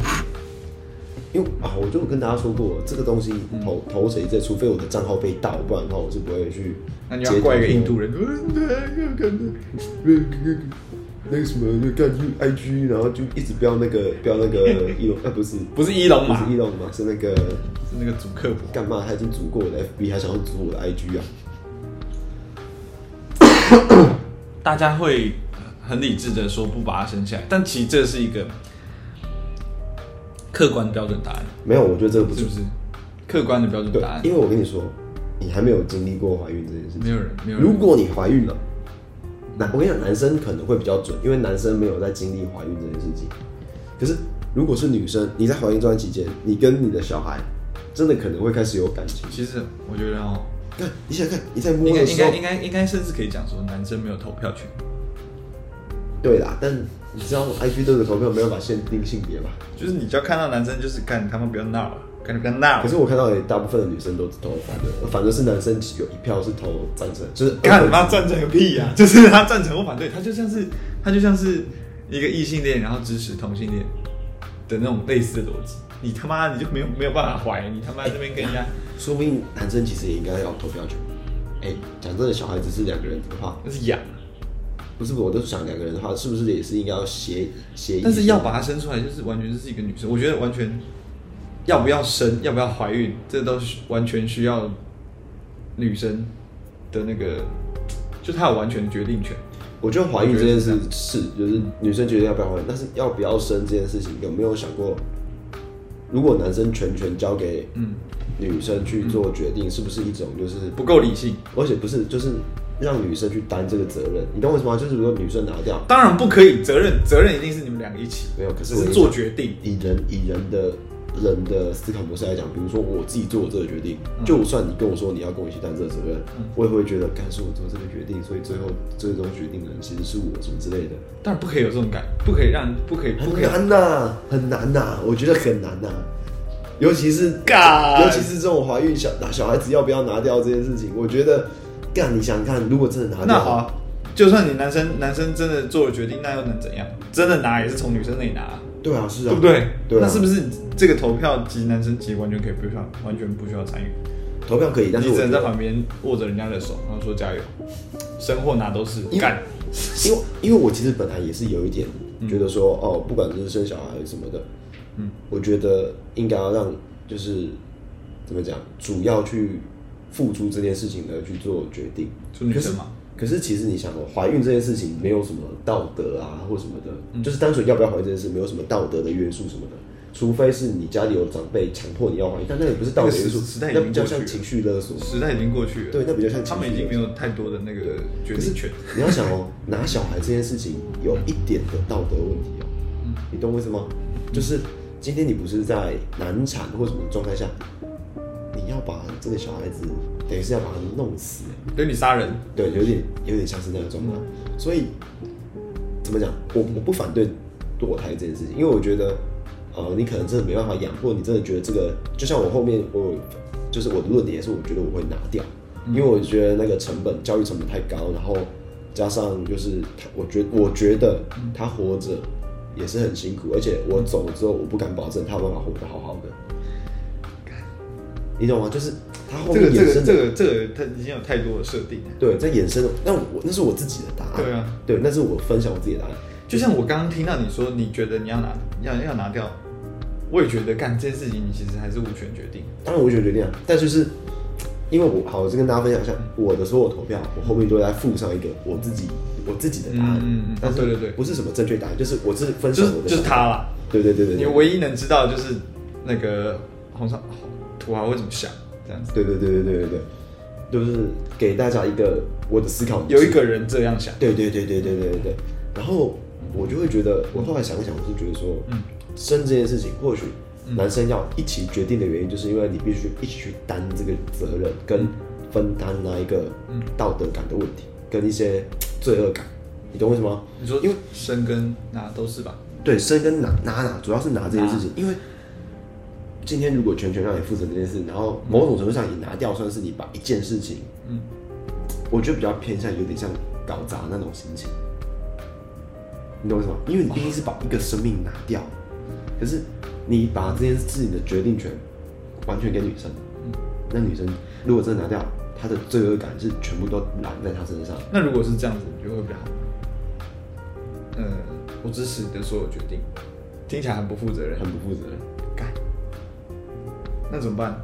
Speaker 2: 因为啊，我就有跟大家说过，这个东西投投谁这，除非我的账号被盗，不然的话我是不会去。
Speaker 1: 那你要怪一个印 度人，
Speaker 2: 那个什么，就干 U I G，然后就一直标那个标那个一龙，啊不是
Speaker 1: 不是伊隆嘛
Speaker 2: 不是伊隆嘛，是那个
Speaker 1: 是那个主客博。
Speaker 2: 干嘛？他已经组过我的 FB，还想要组我的 IG 啊？
Speaker 1: 大家会很理智的说不把他生下来，但其实这是一个客观标准答案，
Speaker 2: 没有，我觉得这个不
Speaker 1: 是
Speaker 2: 准
Speaker 1: 不。是？客观的标准
Speaker 2: 对
Speaker 1: 答案，，
Speaker 2: 因为我跟你说，你还没有经历过怀孕这件事情。
Speaker 1: 没有人，没有人。
Speaker 2: 如果你怀孕了，男我跟你讲，男生可能会比较准，因为男生没有在经历怀孕这件事情。可是如果是女生，你在怀孕这段期间，你跟你的小孩真的可能会开始有感情。
Speaker 1: 其实我觉得哦，
Speaker 2: 看，你想看你在摸
Speaker 1: 应该
Speaker 2: 的
Speaker 1: 应
Speaker 2: 时
Speaker 1: 该
Speaker 2: 候，
Speaker 1: 应该应该甚至可以讲说，男生没有投票权。
Speaker 2: 对啦，但你知道 IG 这个投票没有办法限定性别吧？
Speaker 1: 就是你只要看到男生，就是干他们不要闹了，干你不要闹
Speaker 2: 可。是我看到也大部分的女生都投反的，反正是男生有一票是投赞成，就是
Speaker 1: 干你妈赞成个屁啊呀、 就是他赞成或反对，他就像是他就像是一个异性恋，然后支持同性恋的那种类似的逻辑。你他妈你就没有没有办法怀，你他妈这边跟人家
Speaker 2: 说不定男生其实也应该要有投票权。哎、讲真的，小孩子是两个人的话，
Speaker 1: 那是养，
Speaker 2: 不是我都想两个人的话，是不是也是应该要协协议？
Speaker 1: 但是要把她生出来，就是完全就是一个女生。我觉得完全要不要生，要不要怀孕，这都是完全需要女生的那个，就她有完全决定权。
Speaker 2: 我觉得怀孕这件事是，就是女生决定要不要怀孕，但是要不要生这件事情，有没有想过，如果男生全权交给
Speaker 1: 嗯，
Speaker 2: 女生去做决定，是不是一种就是
Speaker 1: 不够理性。
Speaker 2: 而且不是，就是让女生去担这个责任，你懂我意思吗？就是如果女生拿掉，
Speaker 1: 当然不可以，责任责任一定是你们两个一起，
Speaker 2: 没有，可是
Speaker 1: 只
Speaker 2: 我
Speaker 1: 是做决定。
Speaker 2: 以人以人的人的思考模式来讲，比如说我自己做这个决定，
Speaker 1: 嗯
Speaker 2: 就算你跟我说你要跟我一起担这个责任，我也会觉得，干是我做这个决定，所以最后最终决定的人其实是我什么之类的，
Speaker 1: 当然不可以有这种感，不可以让，不可以，不
Speaker 2: 啊很
Speaker 1: 可以，
Speaker 2: 难呐、很难呐、我觉得很难呐、啊尤其是
Speaker 1: God
Speaker 2: 尤其是这种怀孕小小孩子要不要拿掉这件事情，我觉得，干你想想看，如果真的拿掉，
Speaker 1: 那好啊，就算你男生男生真的做了决定，那又能怎样？真的拿也是从女生那里拿啊，
Speaker 2: 对啊，是啊，
Speaker 1: 对不对？
Speaker 2: 对啊
Speaker 1: 那是不是这个投票其实男生其实完全可以不需要，完全不需要参与，
Speaker 2: 投票可以，但是
Speaker 1: 你
Speaker 2: 我
Speaker 1: 只
Speaker 2: 觉
Speaker 1: 能在
Speaker 2: 得，
Speaker 1: 旁边握着人家的手，然后说加油，生或拿都是
Speaker 2: 因为
Speaker 1: 干。
Speaker 2: 因为因为我其实本来也是有一点觉得说，哦，不管是生小孩什么的，
Speaker 1: 嗯，
Speaker 2: 我觉得应该要让就是怎么讲，主要去付出这件事情的去做决定，
Speaker 1: 就女生嘛
Speaker 2: 可是。可是其实你想哦，怀孕这件事情没有什么道德啊或什么的，
Speaker 1: 嗯
Speaker 2: 就是单纯要不要怀孕这件事没有什么道德的约束什么的，除非是你家里有长辈强迫你要怀孕，但那也不是道德约束
Speaker 1: 那个时时代，已
Speaker 2: 那
Speaker 1: 经
Speaker 2: 比较像
Speaker 1: 过去了
Speaker 2: 情绪勒索。
Speaker 1: 时代已经过去了，
Speaker 2: 对那比较像
Speaker 1: 他们已
Speaker 2: 情绪
Speaker 1: 经
Speaker 2: 勒
Speaker 1: 没有太多的那个决
Speaker 2: 可是
Speaker 1: 定权。
Speaker 2: 你要想哦，拿小孩这件事情有一点的道德问题哦，
Speaker 1: 嗯
Speaker 2: 你懂我意思吗？就是今天你不是在难产或什么状态下，你要把这个小孩子，等于是要把他弄死，
Speaker 1: 对你杀人，
Speaker 2: 对，有点有点像是那个状态。所以怎么讲，我我不反对堕胎这件事情，因为我觉得，呃，你可能真的没办法养，或者你真的觉得这个，就像我后面我有就是我的论点也是，我觉得我会拿掉，
Speaker 1: 嗯
Speaker 2: 因为我觉得那个成本教育成本太高，然后加上
Speaker 1: 嗯
Speaker 2: 就是他，我觉我觉得他活着也是很辛苦，而且我走了之后，我不敢保证他有办法活得好好的。你懂吗？就是他后
Speaker 1: 这
Speaker 2: 面
Speaker 1: 个这
Speaker 2: 衍
Speaker 1: 个
Speaker 2: 生的
Speaker 1: 这个这个，它已经有太多的设定了。
Speaker 2: 对，在衍生的，那我那是我自己的答案，
Speaker 1: 对啊，
Speaker 2: 对，那是我分享我自己的答案，
Speaker 1: 就像我刚刚听到你说，你觉得你要拿要要拿掉，我也觉得干这件事情，你其实还是无权决定。
Speaker 2: 当然我觉得这样，但就是因为我好，我先跟大家分享一下我的所有投票，我后面都在附上一个我自己我自己的答案，
Speaker 1: 嗯嗯嗯
Speaker 2: 但是
Speaker 1: 对对对
Speaker 2: 不是什么正确答案，就是我是分
Speaker 1: 就
Speaker 2: 享
Speaker 1: 是
Speaker 2: 我的，
Speaker 1: 就是他，啦，
Speaker 2: 对对对对
Speaker 1: 你
Speaker 2: 对，
Speaker 1: 唯一能知道就是那个红上土豪会怎么想，这样子。
Speaker 2: 对对对对对对对，就是给大家一个我的思考模式，
Speaker 1: 有一个人这样想，
Speaker 2: 对对对对对对对对。然后我就会觉得，我后来想一想，我是觉得说，
Speaker 1: 嗯
Speaker 2: 生这件事情，或许
Speaker 1: 嗯
Speaker 2: 男生要一起决定的原因，就是因为你必须一起去担这个责任，跟分担那一个
Speaker 1: 嗯
Speaker 2: 道德感的问题，跟一些罪恶感，你懂我意思吗？
Speaker 1: 嗯你说
Speaker 2: 因为
Speaker 1: 生跟拿都是吧？
Speaker 2: 对，生跟拿拿拿，主要是拿这件事情，因为今天如果全权让你负责这件事，然后某种程度上也拿掉，算是你把一件事情，
Speaker 1: 嗯，
Speaker 2: 我觉得比较偏向有点像搞砸那种心情，你懂我意思吗？因为你毕竟是把一个生命拿掉，可是你把这件事情的决定权完全给女生，那女生如果真的拿掉，她的罪恶感是全部都揽在她身上。
Speaker 1: 那如果是这样子，你觉得会比较好？嗯，我支持你的所有决定，听起来很不负责任，
Speaker 2: 很不负责任。
Speaker 1: 干。那怎么办？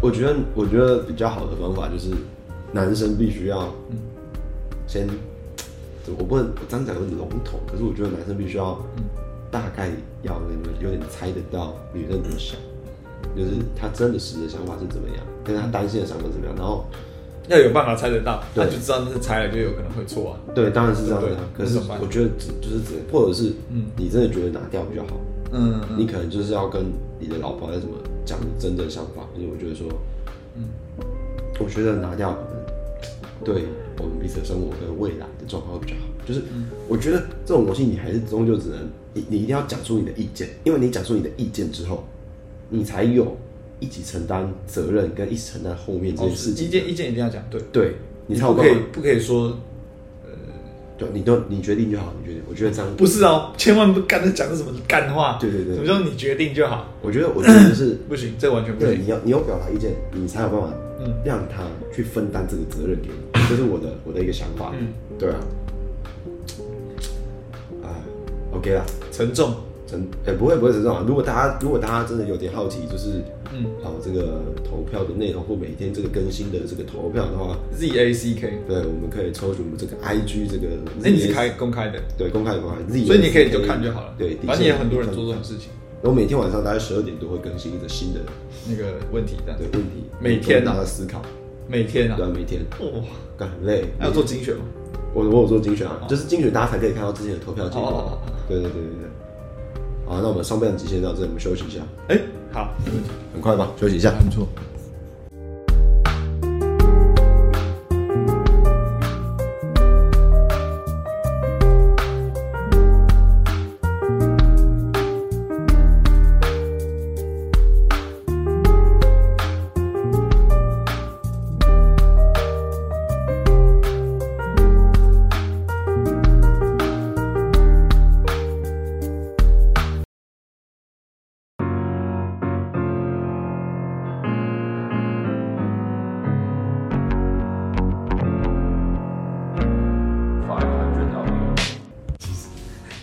Speaker 2: 我觉得，我觉得比较好的方法就是，男生必须要
Speaker 1: 嗯
Speaker 2: 先，我不能我这样讲有点笼统，可是我觉得男生必须要
Speaker 1: 嗯
Speaker 2: 大概要有点猜得到女生怎么想，就是她真的实的想法是怎么样，跟她担心的想法是怎么样，然后
Speaker 1: 要有办法猜得到，
Speaker 2: 对
Speaker 1: 那就知道那是猜了，就有可能会错啊。
Speaker 2: 对，当然是这样的
Speaker 1: 对
Speaker 2: 啊，可是
Speaker 1: 那怎么办
Speaker 2: 我觉得只就是只或者是
Speaker 1: 嗯
Speaker 2: 你真的觉得拿掉比较好，
Speaker 1: 嗯，嗯
Speaker 2: 你可能就是要跟你的老婆还是什么讲你真正想法，就是我觉得说，
Speaker 1: 嗯
Speaker 2: 我觉得拿掉可能对我们彼此的生活跟未来的状况会比较好。就是我觉得这种东西你还是终究只能你你一定要讲出你的意见，因为你讲出你的意见之后，你才有一起承担责任跟一起承担后面这
Speaker 1: 哦
Speaker 2: 件
Speaker 1: 是
Speaker 2: 事情
Speaker 1: 意
Speaker 2: 的。
Speaker 1: 见意见一定要讲，对，
Speaker 2: 对，你才有
Speaker 1: 不
Speaker 2: 办
Speaker 1: 可以
Speaker 2: 法。
Speaker 1: 不可以说
Speaker 2: 对，你都你决定就好，你决定。我觉得这样
Speaker 1: 不是哦，千万不干那讲的什么干话，
Speaker 2: 对对对
Speaker 1: 什么叫你决定就好，
Speaker 2: 我觉得我觉得就是。
Speaker 1: 不行，这完全不
Speaker 2: 对，
Speaker 1: 行
Speaker 2: 你。要你有表达意见，你才有办法
Speaker 1: 嗯
Speaker 2: 让他去分担这个责任给你，这是我的我的一个想法。
Speaker 1: 嗯，
Speaker 2: 对啊，哎，OK 啦，
Speaker 1: 沉重，
Speaker 2: 真哎、不会不会是这样啊。如果大家如果大家真的有点好奇，就是
Speaker 1: 嗯
Speaker 2: 好、这个投票的内容或每天这个更新的这个投票的话，
Speaker 1: ，Z A C K，
Speaker 2: 对，我们可以抽取我们这个 IG 这个，
Speaker 1: 那你是开公开的，
Speaker 2: 对公开的话，所
Speaker 1: 所以你可以就看就好了。
Speaker 2: 对，
Speaker 1: 反正也有很多人做这种事情，
Speaker 2: 然后每天晚上大概十二点多会更新一个新的
Speaker 1: 那个问题这样
Speaker 2: 对
Speaker 1: 子，
Speaker 2: 问题，
Speaker 1: 每天啊
Speaker 2: 大家思考，
Speaker 1: 每天啊
Speaker 2: 对，啊，每天。
Speaker 1: 哇，
Speaker 2: 干很累。
Speaker 1: 还有做精选吗？
Speaker 2: 我我有做精选啊，就是精选大家才可以看到之前的投票结
Speaker 1: 哦
Speaker 2: 果。对对对对对。好，那我们上半集先到这里，我们休息一下，
Speaker 1: 哎，好，没问题，
Speaker 2: 很快吧，休息一下。
Speaker 1: 很不错。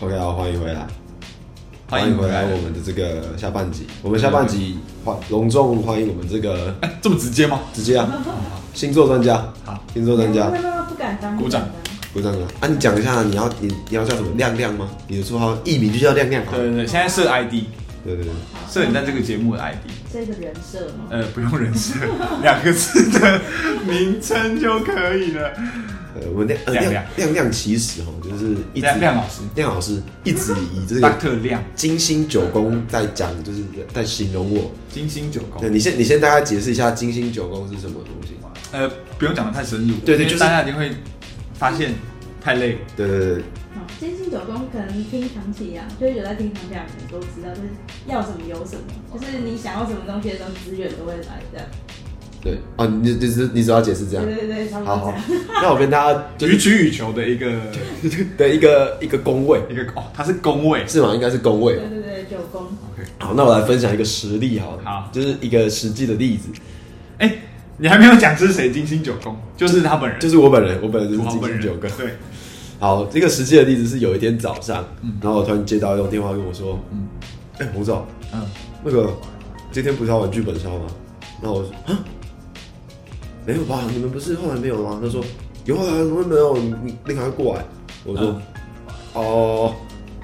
Speaker 2: OK，好，欢迎回来，
Speaker 1: 欢迎回来
Speaker 2: 我们的这个下半集。我们下半集欢隆重欢迎我们这个
Speaker 1: 哎，这么直接吗？
Speaker 2: 直接 啊，星座专家，
Speaker 1: 好，
Speaker 2: 星座专家，
Speaker 3: 不哦不不不敢当，
Speaker 1: 鼓掌
Speaker 3: 不敢当
Speaker 2: 鼓掌啊！啊，你讲一下，你要你你要叫什么亮亮吗？你的绰号艺名就叫亮亮啊。
Speaker 1: 对对对，现在设 ID，
Speaker 2: 对对对，
Speaker 1: 设你在这个节目的 ID，
Speaker 3: 这个人设吗？
Speaker 1: 呃，不用人设， 两个字的名称就可以了。
Speaker 2: 呃，我们亮呃
Speaker 1: 亮
Speaker 2: 亮亮亮其实哦，就是一直
Speaker 1: 亮亮老师
Speaker 2: 亮老师一直以这个
Speaker 1: ，Doctor 亮，
Speaker 2: 金星九宫在讲，就是在形容我。
Speaker 1: 金星九宫
Speaker 2: 对，。你先你先大概解释一下金星九宫是什么东西吗？
Speaker 1: 呃，不用讲的太深入，
Speaker 2: 对对
Speaker 1: 因为
Speaker 2: 就是
Speaker 1: 大家一定会发现太累了。
Speaker 2: 对对对对，
Speaker 3: 好金星九宫可能听唐启阳，就是有在听唐启阳的人都知道，就是要什么有什么，就是你想要什么东西的时候，资源都会来的。
Speaker 2: 对哦，你你只你只要解释这样。
Speaker 3: 对对对，差不
Speaker 2: 好好
Speaker 3: 多这样。，
Speaker 2: 那我跟大家就
Speaker 1: 予
Speaker 2: 是
Speaker 1: 取予求的一个
Speaker 2: 的一个一个宫位
Speaker 1: 一个哦，它是宫位，
Speaker 2: 是吗？应该是宫位。
Speaker 3: 对对对，九宫。
Speaker 2: 好，那我来分享一个实例好了，
Speaker 1: 好
Speaker 2: 就是一个实际的例子，
Speaker 1: 哎、你还没有讲是谁？金星九宫就是他本人，
Speaker 2: 就是我本人，我本人就是
Speaker 1: 土豪
Speaker 2: 金
Speaker 1: 本
Speaker 2: 星
Speaker 1: 人。
Speaker 2: 九宫。
Speaker 1: 对，
Speaker 2: 好，这个实际的例子是有一天早上，然后我突然接到一通电话跟我说，嗯，哎、洪总，
Speaker 1: 嗯，
Speaker 2: 那个今天不是要玩剧本杀吗？然后我说啊，没有吧？你们不是后来没有吗？他说有啊，怎么会没有？你你你赶快过来。我说、
Speaker 1: 嗯
Speaker 2: 哦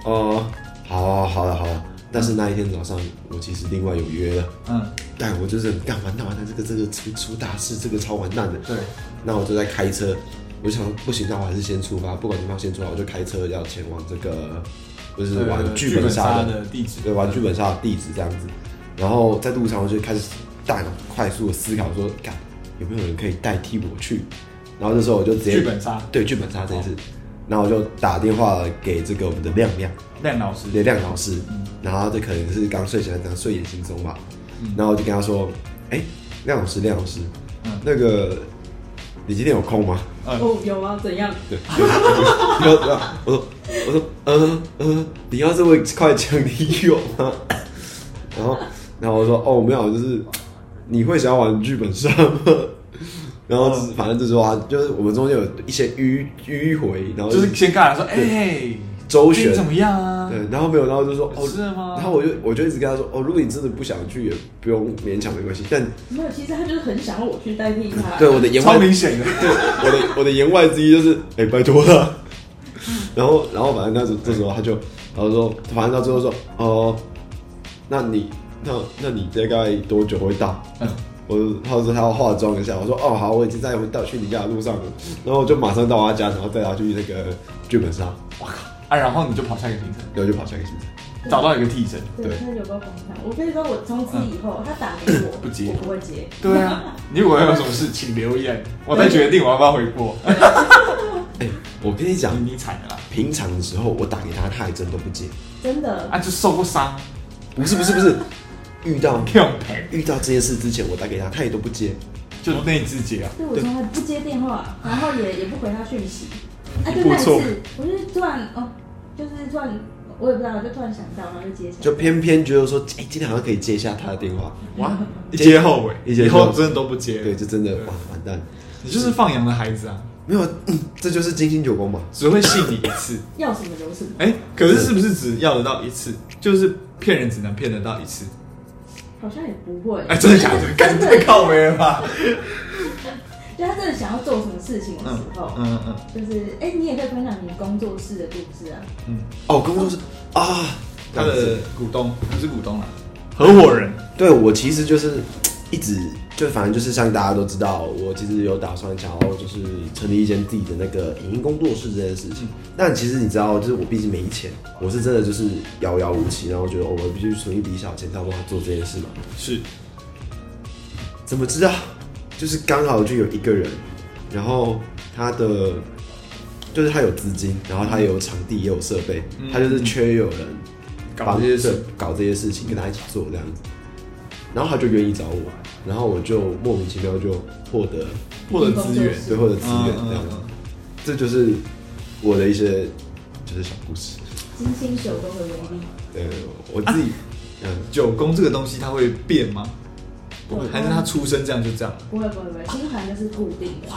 Speaker 2: 哦，好啊好了、好了、但是那一天早上，我其实另外有约了。
Speaker 1: 嗯，
Speaker 2: 但我就是很干完蛋完蛋，这个这个出出大事，这个超完蛋的。
Speaker 1: 对，
Speaker 2: 那我就在开车，我就想说不行，那我还是先出发，不管地方先出发，我就开车要前往这个，就是玩
Speaker 1: 呃
Speaker 2: 剧本杀的，
Speaker 1: 的地址，
Speaker 2: 对，玩剧本杀的地址这样子。然后在路上我就开始大脑快速的思考说，干有没有人可以代替我去？然后这时候我就直接
Speaker 1: 剧本杀
Speaker 2: 对剧本杀这哦件事，然后我就打电话给这个我们的亮亮。
Speaker 1: 亮老师，
Speaker 2: 连亮老师，然后这可能是刚睡起来，刚睡眼惺忪吧。然后我就跟他说：“哎、亮老师，亮老师，
Speaker 1: 嗯
Speaker 2: 那个你今天有空吗
Speaker 1: 嗯，
Speaker 3: 哦，有啊，怎样？？”
Speaker 2: 对，对对对我说我说嗯嗯，你要这么快讲你有吗？ 然后然后我说：“哦，没有，就是你会想要玩剧本杀吗？” 然后
Speaker 1: 嗯
Speaker 2: 反正就是啊，就是我们中间有一些迂迂回，然后
Speaker 1: 就是先跟他说，哎、
Speaker 2: 周旋
Speaker 1: 最近怎么样啊？
Speaker 2: 对，然后没有，然后就说哦，
Speaker 1: 是吗
Speaker 2: 然后我就我就一直跟他说哦，如果你真的不想去，也不用勉强，没关系。但
Speaker 3: 没有，其实他就是很想要我去代替他。
Speaker 2: 对我的言外，
Speaker 1: 超
Speaker 2: 对
Speaker 1: 啊明显的，
Speaker 2: 我的我的言外之意就是哎、拜托了。 然后然后反正那时候这时候他就，然后说反正到最后说哦，那你那那你大概多久会到？
Speaker 1: 嗯
Speaker 2: 我他说他要化妆一下，我说哦好，我已经在回到去你家的路上了，然后我就马上到他家，然后带他去那个剧本杀，
Speaker 1: 啊，然后你就跑下一个行程，
Speaker 2: 然后就跑下一个行程。
Speaker 1: 找到一个替身，
Speaker 3: 对，
Speaker 2: 对
Speaker 3: 他有个红毯。我跟你说，我从此以后，他打给我，
Speaker 1: 不接
Speaker 3: 我不会接。
Speaker 1: 对 啊，你如果有什么事，请留言，我再决定我要不要回播，
Speaker 2: 哎、我跟你讲，
Speaker 1: 你惨了啦，
Speaker 2: 平常的时候我打给他，他还真都不接。
Speaker 3: 真的，
Speaker 1: 啊，就受过伤，
Speaker 2: 不是不是不是，遇到
Speaker 1: 跳盆，
Speaker 2: 遇到这件事之前，我打给他，他也都不接。
Speaker 1: 就是那一只姐啊，
Speaker 3: 对我从来不接电话，
Speaker 2: 啊
Speaker 3: 然后也也不回他讯息。啊，
Speaker 1: 你
Speaker 3: 就
Speaker 1: 不
Speaker 3: 那一次
Speaker 1: 错，
Speaker 3: 我就是突然哦，就是突然，我也不知道，就突然想到，然后就接起来。
Speaker 2: 就偏偏觉得说，哎、今天好像可以接一下他的电话。
Speaker 1: 哇，一接后尾，
Speaker 2: 一接
Speaker 1: 以
Speaker 2: 后尾
Speaker 1: 后真的都不接了，
Speaker 2: 对，就真的哇，完蛋，
Speaker 1: 你就是放羊的孩子啊，
Speaker 2: 没有，嗯这就是金星九宫嘛。
Speaker 1: 只会信你一次。
Speaker 3: 要什么有什么。
Speaker 1: 哎、可是是不是只要得到一次？就是骗人只能骗得到一次？
Speaker 3: 好像也不会。
Speaker 1: 哎、真的假的？ 干太靠没了吧？
Speaker 3: 就他真的想要做什么事情的
Speaker 1: 嗯
Speaker 3: 时候，
Speaker 1: 嗯嗯
Speaker 3: 就是哎、你也可以分享你工作室的故事啊。
Speaker 1: 嗯，
Speaker 2: 哦，工作室啊，
Speaker 1: 他
Speaker 2: 这样
Speaker 1: 的
Speaker 2: 子
Speaker 1: 股东不是股东啦，啊合伙人。
Speaker 2: 对我其实就是一直就反正就是像大家都知道，我其实有打算想要就是成立一间自己的那个影音工作室这件事情。但其实你知道，就是我毕竟没钱，我是真的就是遥遥无期，然后觉得、哦、我必须存一笔小钱，才有办法做这件事嘛。
Speaker 1: 是，
Speaker 2: 怎么知道？就是刚好就有一个人，然后他的就是他有资金，然后他也有场地，也有设备，
Speaker 1: 嗯
Speaker 2: 他就是缺有人
Speaker 1: 搞这些事
Speaker 2: 帮，搞这些事情，跟他一起做这样子。然后他就愿意找我，然后我就莫名其妙就获得
Speaker 1: 获得资源，
Speaker 2: 最后的资源
Speaker 1: 嗯
Speaker 2: 这样子
Speaker 1: 嗯。
Speaker 2: 这就是我的一些就是小故事。
Speaker 3: 金星九宫的威力，
Speaker 2: 对，我自己，
Speaker 1: 啊
Speaker 2: 嗯，
Speaker 1: 九宫这个东西它会变吗？
Speaker 3: 不会
Speaker 1: 还是他出生这样就这样？
Speaker 3: 不会不会不会，星盘就是固定的，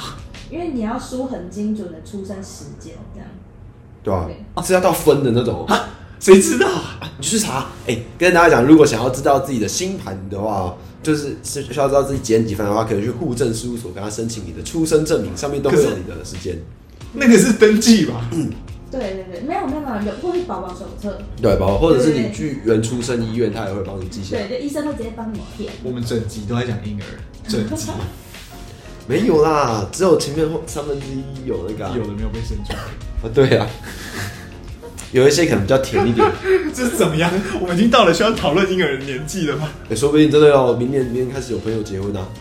Speaker 3: 因为你要输很精准的出生时间这样。
Speaker 4: 对吧、
Speaker 3: 对
Speaker 2: 啊是要到分的那种哦。
Speaker 1: 啊谁知道啊？
Speaker 2: 你去查，哎、跟大家讲，如果想要知道自己的星盘的话，哦就是是需要知道自己几点几分的话，可以去户政事务所跟他申请你的出生证明，上面都会有你的时间。
Speaker 1: 那个是登记吧？
Speaker 3: 对对对，没有办法有，或是宝宝手册，
Speaker 2: 对吧？或者是你去原出生医院，他也会帮你记下来
Speaker 1: 啊
Speaker 3: 对，。就医生会直接帮你填。
Speaker 1: 我们整集都在讲婴儿，整 集
Speaker 2: 没有啦，只有前面后三分之一有那个、啊。
Speaker 1: 有的没有被生出来，
Speaker 2: 啊，对啊，有一些可能比较甜一点，
Speaker 1: 这是怎么样？我们已经到了需要讨论婴儿的年纪了吗？
Speaker 2: 哎说不定真的要明年明年开始有朋友结婚啊。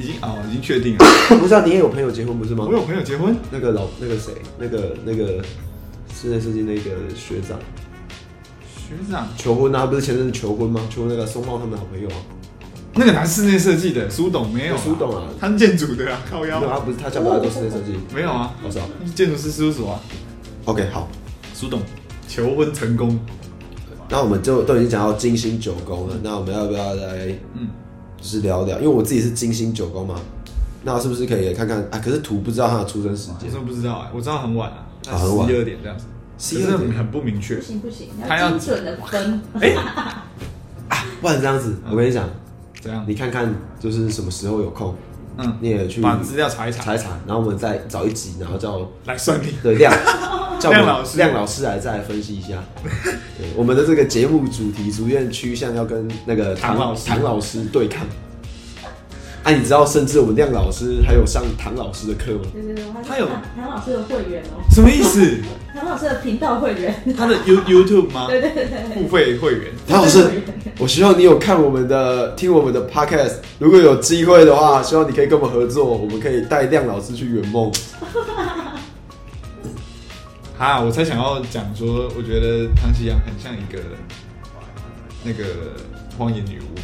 Speaker 1: 已经哦，已经确定了。
Speaker 2: 不知道你也有朋友结婚不是吗
Speaker 1: 我？有朋友结婚，
Speaker 2: 那个老那个谁，那个那个室内设计那个学长。
Speaker 1: 学长
Speaker 2: 求婚啊，不是前阵子求婚吗？求婚那个松茂他们的好朋友啊，
Speaker 1: 那个拿室内设计的苏董没有、
Speaker 2: 苏董啊
Speaker 1: 他是建筑的啊，靠
Speaker 2: 那
Speaker 1: 腰
Speaker 2: 他不是他想把他做室内设计，
Speaker 1: 没有啊，
Speaker 2: 我操
Speaker 1: 建筑师事务所啊，
Speaker 2: ，OK 好，
Speaker 1: 苏董求婚成功，
Speaker 2: 那我们就都已经讲到金星九宫了，那我们要不要来
Speaker 1: 嗯，
Speaker 2: 就是聊聊？因为我自己是金星九宫嘛，那是不是可以看看啊？可是图不知道他的出生时
Speaker 1: 我
Speaker 2: 间
Speaker 1: 真，的不知道哎、我知道很晚啊，
Speaker 2: 啊很晚
Speaker 1: 十二点这样子，
Speaker 2: 12
Speaker 1: 可是
Speaker 2: 点
Speaker 1: 很不明确
Speaker 3: 不，行不行，
Speaker 1: 他要
Speaker 3: 要精准的分。
Speaker 2: 不然这样子，
Speaker 1: 嗯
Speaker 2: 我跟你讲，
Speaker 1: 怎样
Speaker 2: 你？看看就是什么时候有空，
Speaker 1: 嗯，
Speaker 2: 你也去
Speaker 1: 把资料查一查，
Speaker 2: 查一查，然后我们再找一集，然后叫
Speaker 1: 来算命。
Speaker 2: 对 亮叫我们
Speaker 1: 亮老师
Speaker 2: 亮老师来再来分析一下。对，我们的这个节目主题逐渐趋向要跟那个
Speaker 1: 唐老师
Speaker 2: 唐老师对抗。哎、你知道，甚至我们亮老师还有上唐老师的课吗？
Speaker 3: 对对对，我还是
Speaker 1: 他有
Speaker 3: 唐唐老师的会员哦，
Speaker 1: 什么意思？
Speaker 3: 唐老师的频道会员。
Speaker 1: 他的 You YouTube 吗？
Speaker 3: 对对对对，
Speaker 1: 付费会员，
Speaker 2: 唐老师，我希望你有看我们的、听我们的 podcast，如果有机会的话，希望你可以跟我们合作，我们可以带亮老师去圆梦。
Speaker 1: 哈，我才想要讲说，我觉得唐奇阳很像一个那个荒野女巫，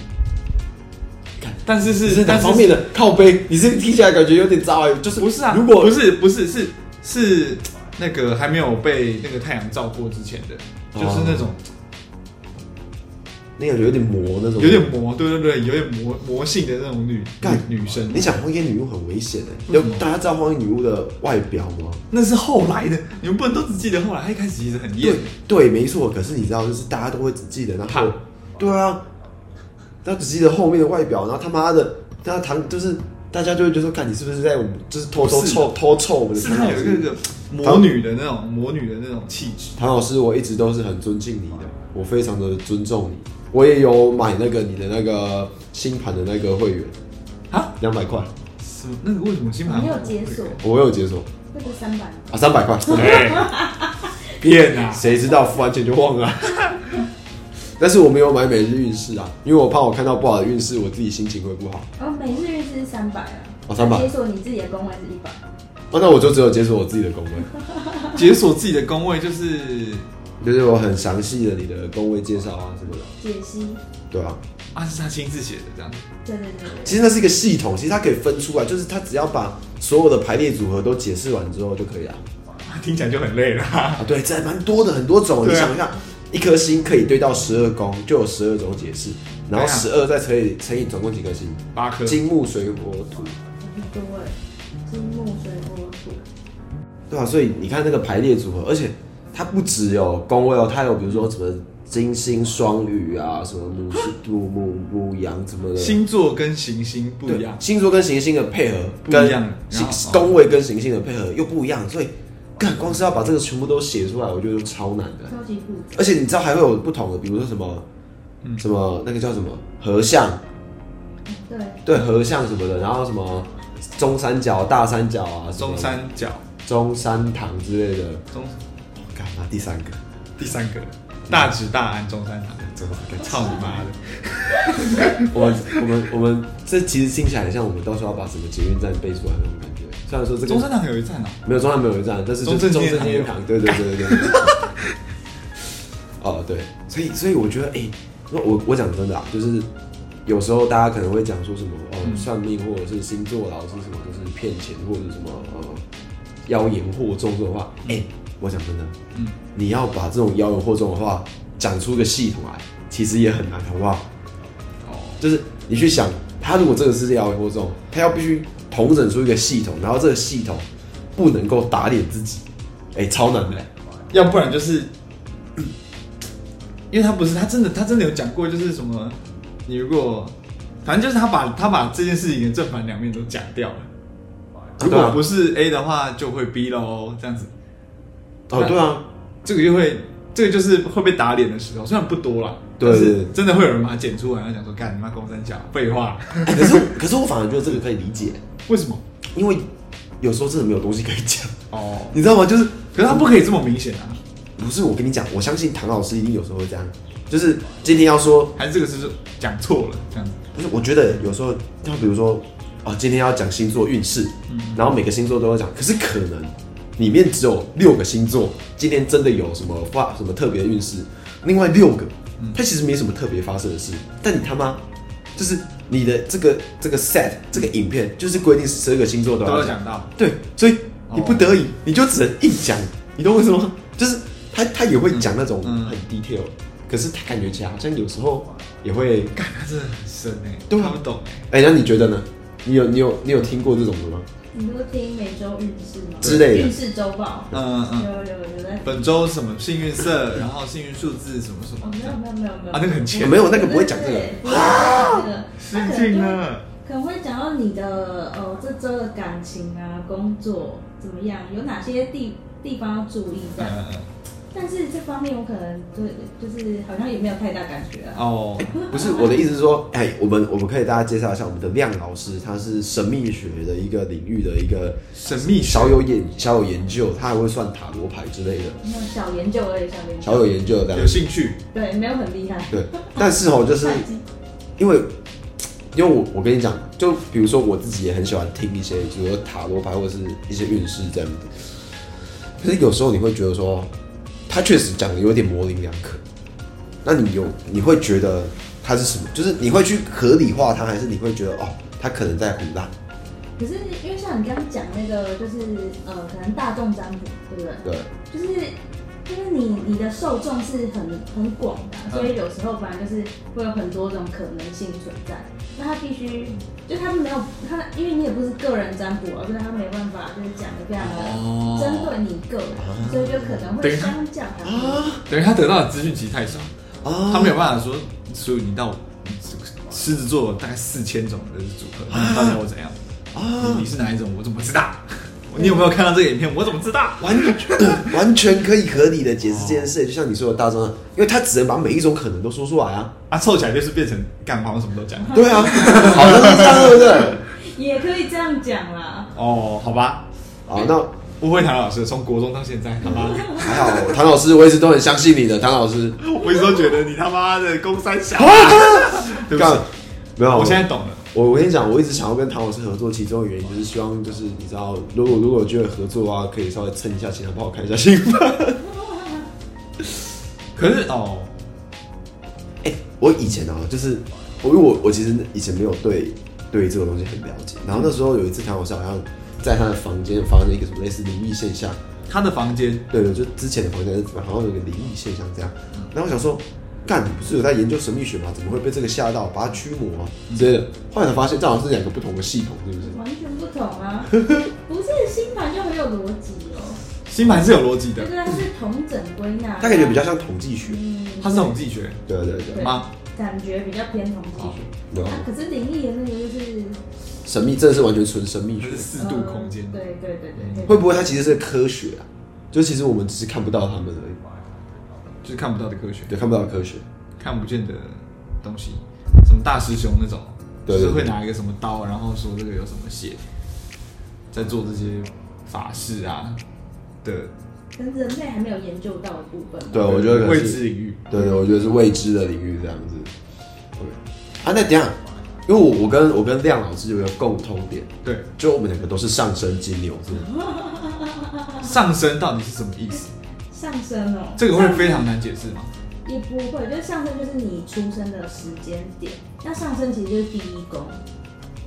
Speaker 1: 但是
Speaker 2: 你
Speaker 1: 是
Speaker 2: 是哪
Speaker 1: 但是
Speaker 2: 方面的靠背？你是听起来感觉有点渣哎、就是
Speaker 1: 不是啊，
Speaker 2: 如果
Speaker 1: 不是不是是是那个还没有被那个太阳照过之前的，
Speaker 2: 哦
Speaker 1: 就是那种
Speaker 2: 那感觉有点魔那种，
Speaker 1: 有点魔，对对对，有点魔魔性的那种女
Speaker 2: 干
Speaker 1: 女女生
Speaker 2: 你。想荒野女巫很危险的，
Speaker 1: 为
Speaker 2: 有
Speaker 1: 什么
Speaker 2: 大家知道荒野女巫的外表吗？
Speaker 1: 那是后来的，你们不能都只记得后来，她一开始其实很
Speaker 2: 对
Speaker 1: 艳，
Speaker 2: 对，没错。可是你知道，就是大家都会只记得那
Speaker 1: 胖
Speaker 2: 后，对啊，他只记得后面的外表，然后他妈的，那唐就是大家就会觉得说，看你是不是在我们就是偷偷
Speaker 1: 不是
Speaker 2: 臭偷臭我们的
Speaker 1: 是
Speaker 2: 唐
Speaker 1: 她
Speaker 2: 老
Speaker 1: 有一
Speaker 2: 师。
Speaker 1: 个魔女的那种魔女的那种气质。
Speaker 2: 唐老师，我一直都是很尊敬你的，我非常的尊重你。我也有买那个你的那个星盘的那个会员
Speaker 1: 啊，
Speaker 2: 两百块，
Speaker 1: 什么？那个为什么星盘
Speaker 3: 你有解锁
Speaker 2: 我有解锁
Speaker 3: 那个三百，
Speaker 2: 啊，三百 块。
Speaker 1: 骗啊！
Speaker 2: 谁知道付完钱就忘了、 但是我没有买每日运势啊，因为我怕我看到不好的运势，我自己心情会不好。
Speaker 3: 然后每日运势是三百啊。
Speaker 2: 哦300
Speaker 3: 解锁你自己的工位是一百。
Speaker 2: 哦，那我就只有解锁我自己的宫位，
Speaker 1: 解锁自己的宫位就是
Speaker 2: 就是我很详细的你的宫位介绍啊什么的，
Speaker 3: 解析，
Speaker 2: 对啊。
Speaker 1: 啊，是他亲自写的这样。
Speaker 3: 对对对对，
Speaker 2: 其实那是一个系统，其实它可以分出来，就是它只要把所有的排列组合都解释完之后就可以了。
Speaker 1: 听起来就很累了、
Speaker 2: 啊，对，这还蛮多的，很多种。
Speaker 1: 对啊
Speaker 2: 你想一下，一颗星可以对到十二宫，就有十二种解释，然后
Speaker 1: 对啊
Speaker 2: 十二再乘以乘以总共几颗星？
Speaker 1: 八颗，
Speaker 2: 金木水火土，
Speaker 3: 很多哎，金木水火土，
Speaker 2: 对啊，所以你看那个排列组合，而且它不只有宫位哦，它有比如说什么金星双鱼啊，什么母母母母羊什么的，
Speaker 1: 星座跟行星不
Speaker 2: 对
Speaker 1: 一样，
Speaker 2: 星座跟行星的配合
Speaker 1: 不
Speaker 2: 跟
Speaker 1: 一样然
Speaker 2: 星
Speaker 1: 后哦
Speaker 2: 宫位跟行星的配合又不一样，所以干光是要把这个全部都写出来，我觉得就超难的。
Speaker 3: 超级复杂。
Speaker 2: 而且你知道还会有不同的，比如说什么，
Speaker 1: 嗯
Speaker 2: 什么那个叫什么合相，
Speaker 3: 对，
Speaker 2: 对合相什么的，然后什么中三角、大三角啊，什么
Speaker 1: 中三角，
Speaker 2: 中山堂之类的。
Speaker 1: 中
Speaker 2: 哦干嘛第三个？
Speaker 1: 第三个大直大安中山堂，
Speaker 2: 真的干
Speaker 1: 操你妈的！嗯
Speaker 2: 我们我们我们这其实听起来很像我们到时候要把整个捷运站背出来那种感觉。虽然说这个
Speaker 1: 中山堂有一站哦、
Speaker 2: 没有中山没有一站，但是就
Speaker 1: 中正
Speaker 2: 中
Speaker 1: 纪念
Speaker 2: 正
Speaker 1: 堂
Speaker 2: 纪念堂，对对 对对对。哦，对，所以所以我觉得，哎、那我我讲真的啊，就是有时候大家可能会讲说什么哦，算命或者是星座老师什么，就是骗钱或者什么呃妖言惑众这种话，哎、我讲真的，
Speaker 1: 嗯
Speaker 2: 你要把这种妖言惑众的话讲出个系统来，其实也很难，好不好？
Speaker 1: 哦，
Speaker 2: 就是你去想，他如果真的是要惑众，他要必须统整出一个系统，然后这个系统不能够打脸自己，哎、超难的、
Speaker 1: 要不然就是，嗯因为他不是他真的他真的有讲过，就是什么，你如果反正就是他把他把这件事情的正反两面都讲掉了。如
Speaker 2: 对啊
Speaker 1: 果不是 A 的话，就会 B 喽，这样子，
Speaker 2: 哦，对啊，
Speaker 1: 这个就会这个就是会被打脸的时候，虽然不多啦，
Speaker 2: 对
Speaker 1: 但
Speaker 2: 对
Speaker 1: 是真的会有人把它剪出来，然后讲说干你妈公三角，废 话，
Speaker 2: 哎可是 可是我反而觉得这个可以理解，
Speaker 1: 为什么？
Speaker 2: 因为有时候真的没有东西可以讲，
Speaker 1: 哦，
Speaker 2: 你知道吗？就是
Speaker 1: 可是他不可以这么明显啊，
Speaker 2: 不是我跟你讲，我相信唐老师一定有时候会这样，就是今天要说，
Speaker 1: 还是这个是讲错了这样子，
Speaker 2: 不是我觉得有时候，就比如说，哦，今天要讲星座运势，
Speaker 1: 嗯
Speaker 2: 然后每个星座都要讲，可是可能里面只有六个星座今天真的有什么发什么特别运势，另外六个
Speaker 1: 嗯
Speaker 2: 它其实没什么特别发生的事，但你他妈就是你的这个这个 set 这个影片就是规定十二个星座都
Speaker 1: 都
Speaker 2: 要
Speaker 1: 有
Speaker 2: 讲
Speaker 1: 讲，到，
Speaker 2: 对，啊所以
Speaker 1: 哦
Speaker 2: 你不得已，你就只能硬讲，你懂我意思吗？就是他他也会讲那种
Speaker 1: 嗯嗯
Speaker 2: 很 detail，、可是他感觉起来好像有时候也会，
Speaker 1: 干他真的很深哎、
Speaker 2: 对啊
Speaker 1: 看不懂哎、
Speaker 2: 哎、那你觉得呢？你有你有你有听过这种的吗？
Speaker 3: 你都听每周运势吗？
Speaker 2: 之类的
Speaker 3: 运势周报，
Speaker 1: 嗯
Speaker 3: 有
Speaker 1: 嗯嗯，
Speaker 3: 有有在。
Speaker 1: 本周什么幸运色，然后幸运数字什么什
Speaker 3: 哦
Speaker 1: 么，
Speaker 3: 没
Speaker 1: 这
Speaker 3: 有
Speaker 1: 样
Speaker 3: 没有没有没有
Speaker 1: 啊那个很浅
Speaker 2: 没有那个不会讲这个
Speaker 3: 对不会讲这个，他可能就会
Speaker 1: 了，
Speaker 3: 可能会讲到你的呃这周的感情啊、工作怎么样，有哪些地地方要注意这
Speaker 1: 嗯
Speaker 3: 样。
Speaker 1: 嗯嗯，
Speaker 3: 但是这方面我可能对就是好像也没有太大感觉啊。
Speaker 1: 哦，
Speaker 2: 不是我的意思是说，哎、我们我们可以大家介绍一下我们的亮老师，他是神秘学的一个领域的一个
Speaker 1: 神秘学
Speaker 2: 小有研小有研究，他还会算塔罗牌之类的，
Speaker 3: 没有小研究而已，小研
Speaker 2: 小
Speaker 3: 究。
Speaker 2: 有研究的
Speaker 1: 有。兴趣，
Speaker 3: 对，没有很厉害。
Speaker 2: 对，但是哦，就是
Speaker 3: 会计
Speaker 2: 因为因为我我跟你讲，就比如说我自己也很喜欢听一些，比如说塔罗牌或者是一些运势这样子。可是有时候你会觉得说，他确实讲的有点模棱两可。那你有你会觉得他是什么？就是你会去合理化他，还是你会觉得哦，他可能在胡乱？
Speaker 3: 可是因为像你刚刚讲那个，就是呃，可能大众占卜，对不对？
Speaker 2: 对，
Speaker 3: 就是就是你你的受众是很很广的啊、
Speaker 2: 嗯
Speaker 3: 所以有时候反正就是会有很多种可能性存在。那他必须，就他没有他，因为你也不是个人占卜啊，所以他没办法就是讲的非常
Speaker 1: 哦
Speaker 3: 的针对你个人，
Speaker 2: 啊
Speaker 3: 所以就可
Speaker 1: 等
Speaker 3: 能会
Speaker 1: 一下
Speaker 3: 相较啊，
Speaker 1: 等于他得到的资讯其实太少，
Speaker 2: 啊
Speaker 1: 他没有办法说，所以你到狮子座大概四千种的组合，那你到底要我怎样？你你是哪一种？我怎么知道？ 你有没有看到这个影片？我怎么知道？
Speaker 2: 完 完全可以合理的解释这件事，就像你说的大众啊，因为他只能把每一种可能都说出来啊。
Speaker 1: 啊，凑起来就是变成干好像什么都讲。
Speaker 2: 对啊，好像是这样，对不对？
Speaker 3: 也可以这样讲啦。
Speaker 1: 哦，好吧，
Speaker 2: 好，那
Speaker 1: 误会唐老师，从国中到现在，他妈的，
Speaker 2: 还好，唐老师我一直都很相信你的，唐老师。
Speaker 1: 我一直都觉得你他妈的公三小，啊 对不
Speaker 2: 干
Speaker 1: 起，
Speaker 2: 没有，
Speaker 1: 我
Speaker 2: 我
Speaker 1: 现在懂了。
Speaker 2: 我我跟你讲，我一直想要跟唐老师合作，其中的原因就是希望就是你知道，如果如果觉得合作啊，可以稍微蹭一下钱，帮我看一下新闻。
Speaker 1: 可是哦，
Speaker 2: 哎、我以前啊，就是我因为我我其实以前没有对对这个东西很了解，然后那时候有一次唐老师好像在他的房间发生一个什么类似灵异现象，
Speaker 1: 他的房间
Speaker 2: 对对，就之前的房间好像有个灵异现象这样。然后我想说，干，你不是有在研究神秘学吗？怎么会被这个吓到，把它驱魔啊之类的？后来才发现，正好像是两个不同的系统，是不是？
Speaker 3: 完全不同 啊，不是新版就很有逻辑哦，
Speaker 1: 新盘是有逻辑的
Speaker 3: 这，个是统整归纳的，
Speaker 2: 它感觉比较像统计学。
Speaker 3: 嗯，
Speaker 1: 他是统计学
Speaker 2: 对对对，
Speaker 3: 对
Speaker 1: 吗？哦
Speaker 3: 感觉比较偏统计学。
Speaker 2: 然后
Speaker 3: 啊，可是灵异的那个就是
Speaker 2: 神秘真的是完全纯神秘
Speaker 1: 它
Speaker 2: 学
Speaker 1: 是，四度空间嗯
Speaker 3: 呃，对对对对对，
Speaker 2: 会不会它其实是科学啊？就其实我们只是看不到他们而已，
Speaker 1: 就是看不到的科学，
Speaker 2: 对，看不到科学。
Speaker 1: 看不见的东西，什么大师兄那种，
Speaker 2: 对
Speaker 1: 就是
Speaker 2: 对对
Speaker 1: 会拿一个什么刀，然后说这个有什么血，在做这些法事啊的
Speaker 3: 跟人类还没有研究到的部分嘛。
Speaker 2: 对，呃我觉得可能
Speaker 1: 未
Speaker 2: 是
Speaker 1: 知领域。
Speaker 2: 对对，我觉得是未知的领域这样子。OK，啊，那等一下，因为我我跟我跟亮老师有一个共通点，
Speaker 1: 对，
Speaker 2: 就我们两个都是上升金牛座。
Speaker 1: 上升到底是什么意思？
Speaker 3: 上升哦，
Speaker 1: 这个会非常难解释吗？
Speaker 3: 也不会，就是上升就是你出生的时间点，那上升其实就是第一宫，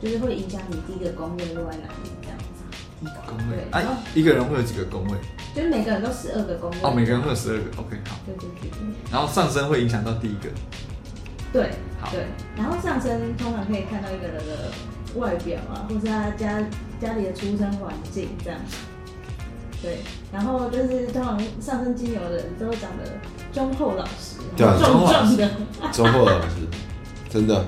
Speaker 3: 就是会影响你第一个宫位落在哪里这样子。
Speaker 1: 一个宫位
Speaker 3: 对然
Speaker 1: 啊
Speaker 3: 后，
Speaker 1: 一个人会有几个宫位？
Speaker 3: 就是每个人都十二个宫位。
Speaker 1: 哦，每个人会有十二个。OK，好。
Speaker 3: 对对对
Speaker 1: 然后上升会影响到第一个，
Speaker 3: 对
Speaker 1: 好
Speaker 3: 对，然后上升通常可以看到一个人的外表啊，或是他家家里的出生环境这样。对，然后就是通常上升金牛的人都长得忠厚老实，
Speaker 2: 对啊
Speaker 3: 壮壮的，
Speaker 2: 周厚老师，真的，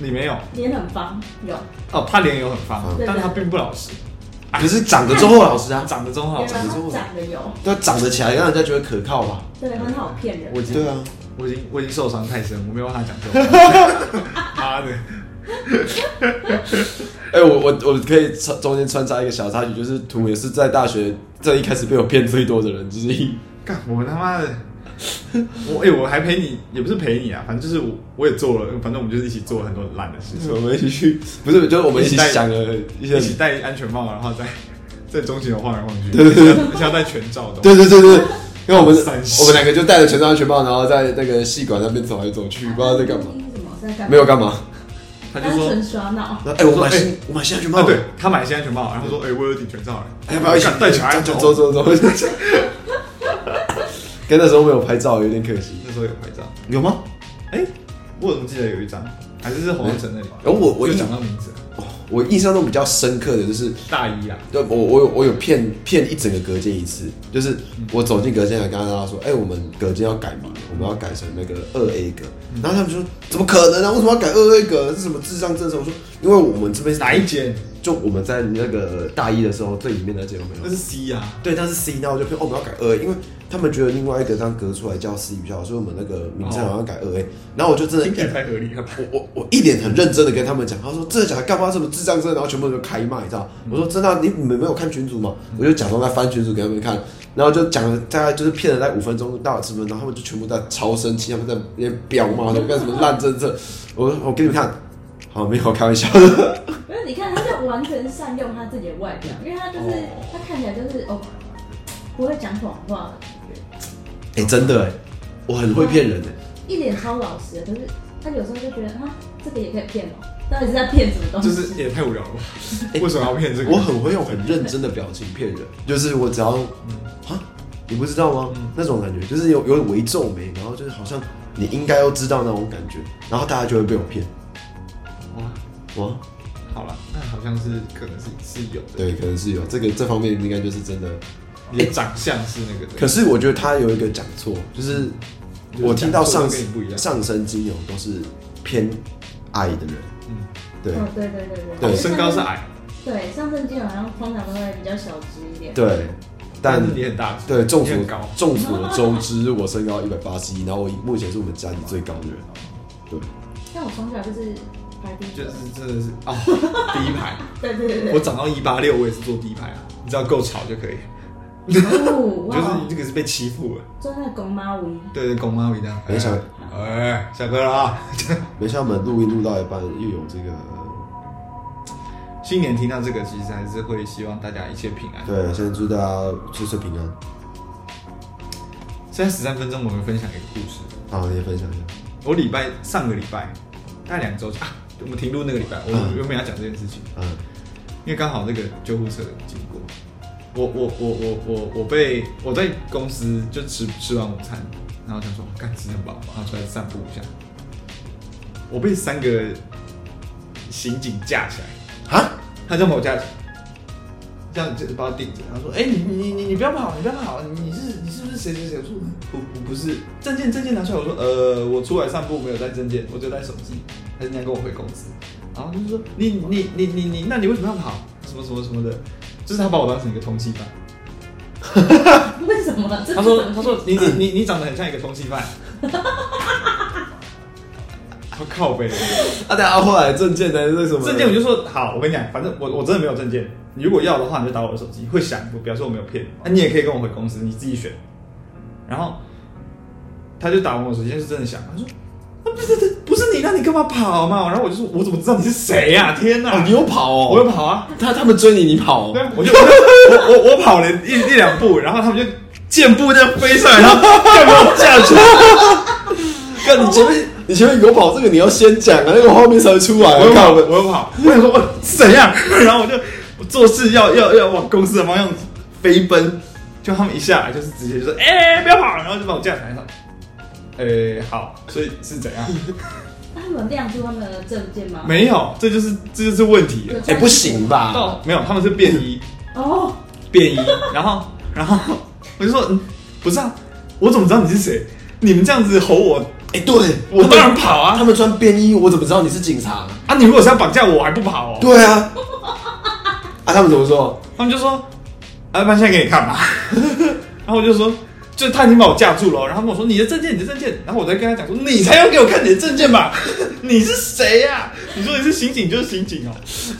Speaker 1: 你没有
Speaker 3: 脸很方，有
Speaker 1: 哦，他脸有很方
Speaker 2: 嗯，
Speaker 3: 对
Speaker 1: 但他并不老实，
Speaker 2: 可是啊长得周厚老师啊，啊
Speaker 1: 长得中好
Speaker 3: 原
Speaker 1: 老
Speaker 3: 来
Speaker 1: 实。
Speaker 3: 他长得有，
Speaker 2: 要长得起来让人家觉得可靠吧？
Speaker 3: 对，很好骗人
Speaker 1: 我。已经
Speaker 2: 对啊，
Speaker 1: 我已经我已经受伤太深，我没有办法讲这种话。 妈的，
Speaker 2: 哎、我我我可以穿中间穿插一个小插曲，就是图也是在大学这一开始被我骗最多的人之一。
Speaker 1: 干我他妈的，我哎、我还陪你，也不是陪你啊，反正就是我我也做了，反正我们就是一起做了很多烂的事情，
Speaker 2: 我们一起去，不是，就是我们一起
Speaker 1: 一起带
Speaker 2: 想了嗯一些
Speaker 1: 一，起戴安全帽，然后在 在中型有晃来晃去，对对对，要戴全罩的，
Speaker 2: 对对对对，因为 我们
Speaker 1: 三十
Speaker 2: 我们两个就戴着全身安全帽，然后在那个戏馆那边走来走去，不知道在干嘛，
Speaker 3: 什么在干嘛？
Speaker 2: 没有干嘛。
Speaker 1: 他就
Speaker 3: 单
Speaker 1: 说
Speaker 3: 纯耍闹。
Speaker 2: 然后哎、我买
Speaker 1: 说哎
Speaker 2: 新我买新安全帽
Speaker 1: 啊，对，他买新安全帽，然后说哎、我有顶全罩了，
Speaker 2: 哎，要不要一起
Speaker 1: 干戴起来？哦
Speaker 2: 走走走走。 跟那时候没有拍照，有点可惜。
Speaker 1: 那时候有拍照，
Speaker 2: 有吗？
Speaker 1: 哎、我怎么记得有一张，还是是洪恩城那里吧？
Speaker 2: 哎我我
Speaker 1: 有
Speaker 2: 一
Speaker 1: 讲到名字，
Speaker 2: 我印象中比较深刻的就是
Speaker 1: 大一啊，
Speaker 2: 对，我我有我有骗骗一整个隔间一次，就是我走进隔间，还跟他说，哎、我们隔间要改名，我们要改成那个二 A 格，
Speaker 1: 嗯
Speaker 2: 然后他们说怎么可能啊呢、为什么要改二 A 格？是什么智障政策？我说因为我们这边
Speaker 1: 哪一间？
Speaker 2: 就我们在那个大一的时候最里面那间有没
Speaker 1: 那
Speaker 2: 有
Speaker 1: 是？C 啊，
Speaker 2: 对，但是 C，那我就骗哦，我们要改二 A，因为他们觉得另外一个这样隔出来叫 C 比较好，所以我们那个名称好像改二 A，、然后我就真的
Speaker 1: 听起来太合理了吧？
Speaker 2: 我我我一脸很认真的跟他们讲，他说真的假的，干嘛这么智障症，然后全部人就开骂，你知道？我说真的啊、你你们没有看群主吗？我就假装在翻群主给他们看，然后就讲了大概就是骗了大概五分钟到十分钟，他们就全部在超生气，他们在那边表骂，说干什么烂政策？我说哦我给你们看，好没有开玩笑 的，
Speaker 3: 不是，你看他就完全善用他自己的外表，因为他就是、
Speaker 1: 哦
Speaker 3: 他看起来就是哦，不会讲谎话，
Speaker 2: 哎、真的哎、我很会骗人哎、
Speaker 3: 一脸超老实的，可是他有时候就觉得啊，这个也可以骗哦，到底是在骗什么东西？
Speaker 1: 就是也太无聊了吧？为什么要骗这个？
Speaker 2: 哎 我很会用很认真的表情骗人，就是我只要啊，你不知道吗？那种感觉就是有有点微皱眉，然后就是好像你应该要知道那种感觉，然后大家就会被我骗。
Speaker 1: 哇，
Speaker 2: 哇，
Speaker 1: 好了，那好像是可能是是有的，
Speaker 2: 对，可能是有这个这方面应该就是真的。
Speaker 1: 你的长相是那个的，
Speaker 2: 可是我觉得他有一个讲错，就是我听到上
Speaker 1: 就是讲错都跟你不一样
Speaker 2: 上升金牛都是偏矮的人，
Speaker 1: 嗯，
Speaker 2: 对
Speaker 3: 哦，对对对
Speaker 2: 对
Speaker 3: 对，
Speaker 1: 身高是，矮，
Speaker 3: 对，上升金牛好像通常都会比较小只一点，
Speaker 2: 对，但
Speaker 1: 是你很大，
Speaker 2: 对众
Speaker 1: 你
Speaker 2: 所
Speaker 1: 很高，
Speaker 2: 众所周知，我身高一百八十一，然后我目前是我们家里最高的人，对。
Speaker 3: 但我从小就是排第一
Speaker 1: 就
Speaker 3: 个
Speaker 1: 是，真的是哦， 第一排，
Speaker 3: 对对对对，
Speaker 1: 我长到一八六，我也是坐第一排啊，你只要够吵就可以，
Speaker 3: 哦，
Speaker 1: 就
Speaker 3: 哇
Speaker 1: 是你这个是被欺负了，
Speaker 3: 就那个公妈舞，
Speaker 1: 对对，公妈一样，
Speaker 2: 没想
Speaker 1: 哎，下课了啊，
Speaker 2: 没想到我们录音录到一半，又有这个，
Speaker 1: 新年听到这个，其实还是会希望大家一切平安。
Speaker 2: 对，先祝大家岁岁平安。
Speaker 1: 现在十三分钟，我们分享一个故事。
Speaker 2: 好，你也分享一下。
Speaker 1: 我礼拜上个礼拜，大概两周前啊，我们停录那个礼拜，我
Speaker 2: 嗯
Speaker 1: 原本要讲这件事情，
Speaker 2: 嗯，
Speaker 1: 因为刚好那个救护车经过，我我我我我我被我在公司就吃吃完午餐，然后想说干吃很饱，然后出来散步一下，我被三个刑警架起来，
Speaker 2: 啊，
Speaker 1: 他就把我架起来，这样就把我顶着，他说：“哎、你你你你不要跑，你不要跑，你你是你是不是谁谁谁？”我说：“不不不是，证件证件拿出来。”我说：“呃，我出来散步没有带证件，我就带手机。”他今天跟我回公司，然后他就说：“你你你你你，那你为什么要跑？什么什么什么的？”就是他把我当成一个通缉犯。
Speaker 3: 为什么？这是
Speaker 1: 他说
Speaker 3: 什：“么
Speaker 1: 他说你你你你长得很像一个通缉犯。” 我靠呗！
Speaker 2: 啊，对啊，后来证件呢？为什么？
Speaker 1: 证件我就说好，我跟你讲，反正我我真的没有证件，你如果要的话，你就打我的手机，会响，我表示我没有骗你。那、你也可以跟我回公司，你自己选。然后他就打完我手机，是真的响，他说。啊、不是，不是你，那你干嘛跑嘛？然后我就说，我怎么知道你是谁呀、天哪！
Speaker 2: 哦，你有跑哦，
Speaker 1: 我有跑啊，
Speaker 2: 他他们追你，你跑
Speaker 1: 对
Speaker 2: 哦。
Speaker 1: 啊，我就我我我我跑了一一两步，然后他们就箭步这样飞上来，然后干嘛架住？
Speaker 2: 看你前面，你前面有跑，这个你要先讲啊，那个画面才会出来啊。
Speaker 1: 我有跑，
Speaker 2: 看
Speaker 1: 我有我有跑，我想说哦是怎样， 然后我就我做事要要要往公司的方向飞奔，就他们一下来就是直接就说，哎、不要跑，然后就把我架起来了。哎、好，所以是怎样？
Speaker 3: 他们有亮出他们的证件 吗？
Speaker 1: 没有，这就是这就是问题了。
Speaker 3: 有穿
Speaker 2: 哎，不行
Speaker 1: 到
Speaker 2: 吧？
Speaker 1: 没有，他们是便衣
Speaker 3: 哦，
Speaker 1: 便衣，然后然后我就说，嗯不是啊，我怎么知道你是谁？你们这样子吼我，
Speaker 2: 哎、对
Speaker 1: 我
Speaker 2: 他们
Speaker 1: 当然跑啊
Speaker 2: 他们穿便衣，我怎么知道你是警察？
Speaker 1: 啊，你如果是要绑架我，我还不跑哦？
Speaker 2: 对啊，啊，他们怎么说？
Speaker 1: 他们就说，啊，搬现在给你看吧。 然后我就说，就他已经把我架住了哦，然后他跟我说你的证件，你的证件。然后我再跟他讲说，你才要给我看你的证件吧？ 你是谁呀、你说你是刑警就是刑警哦，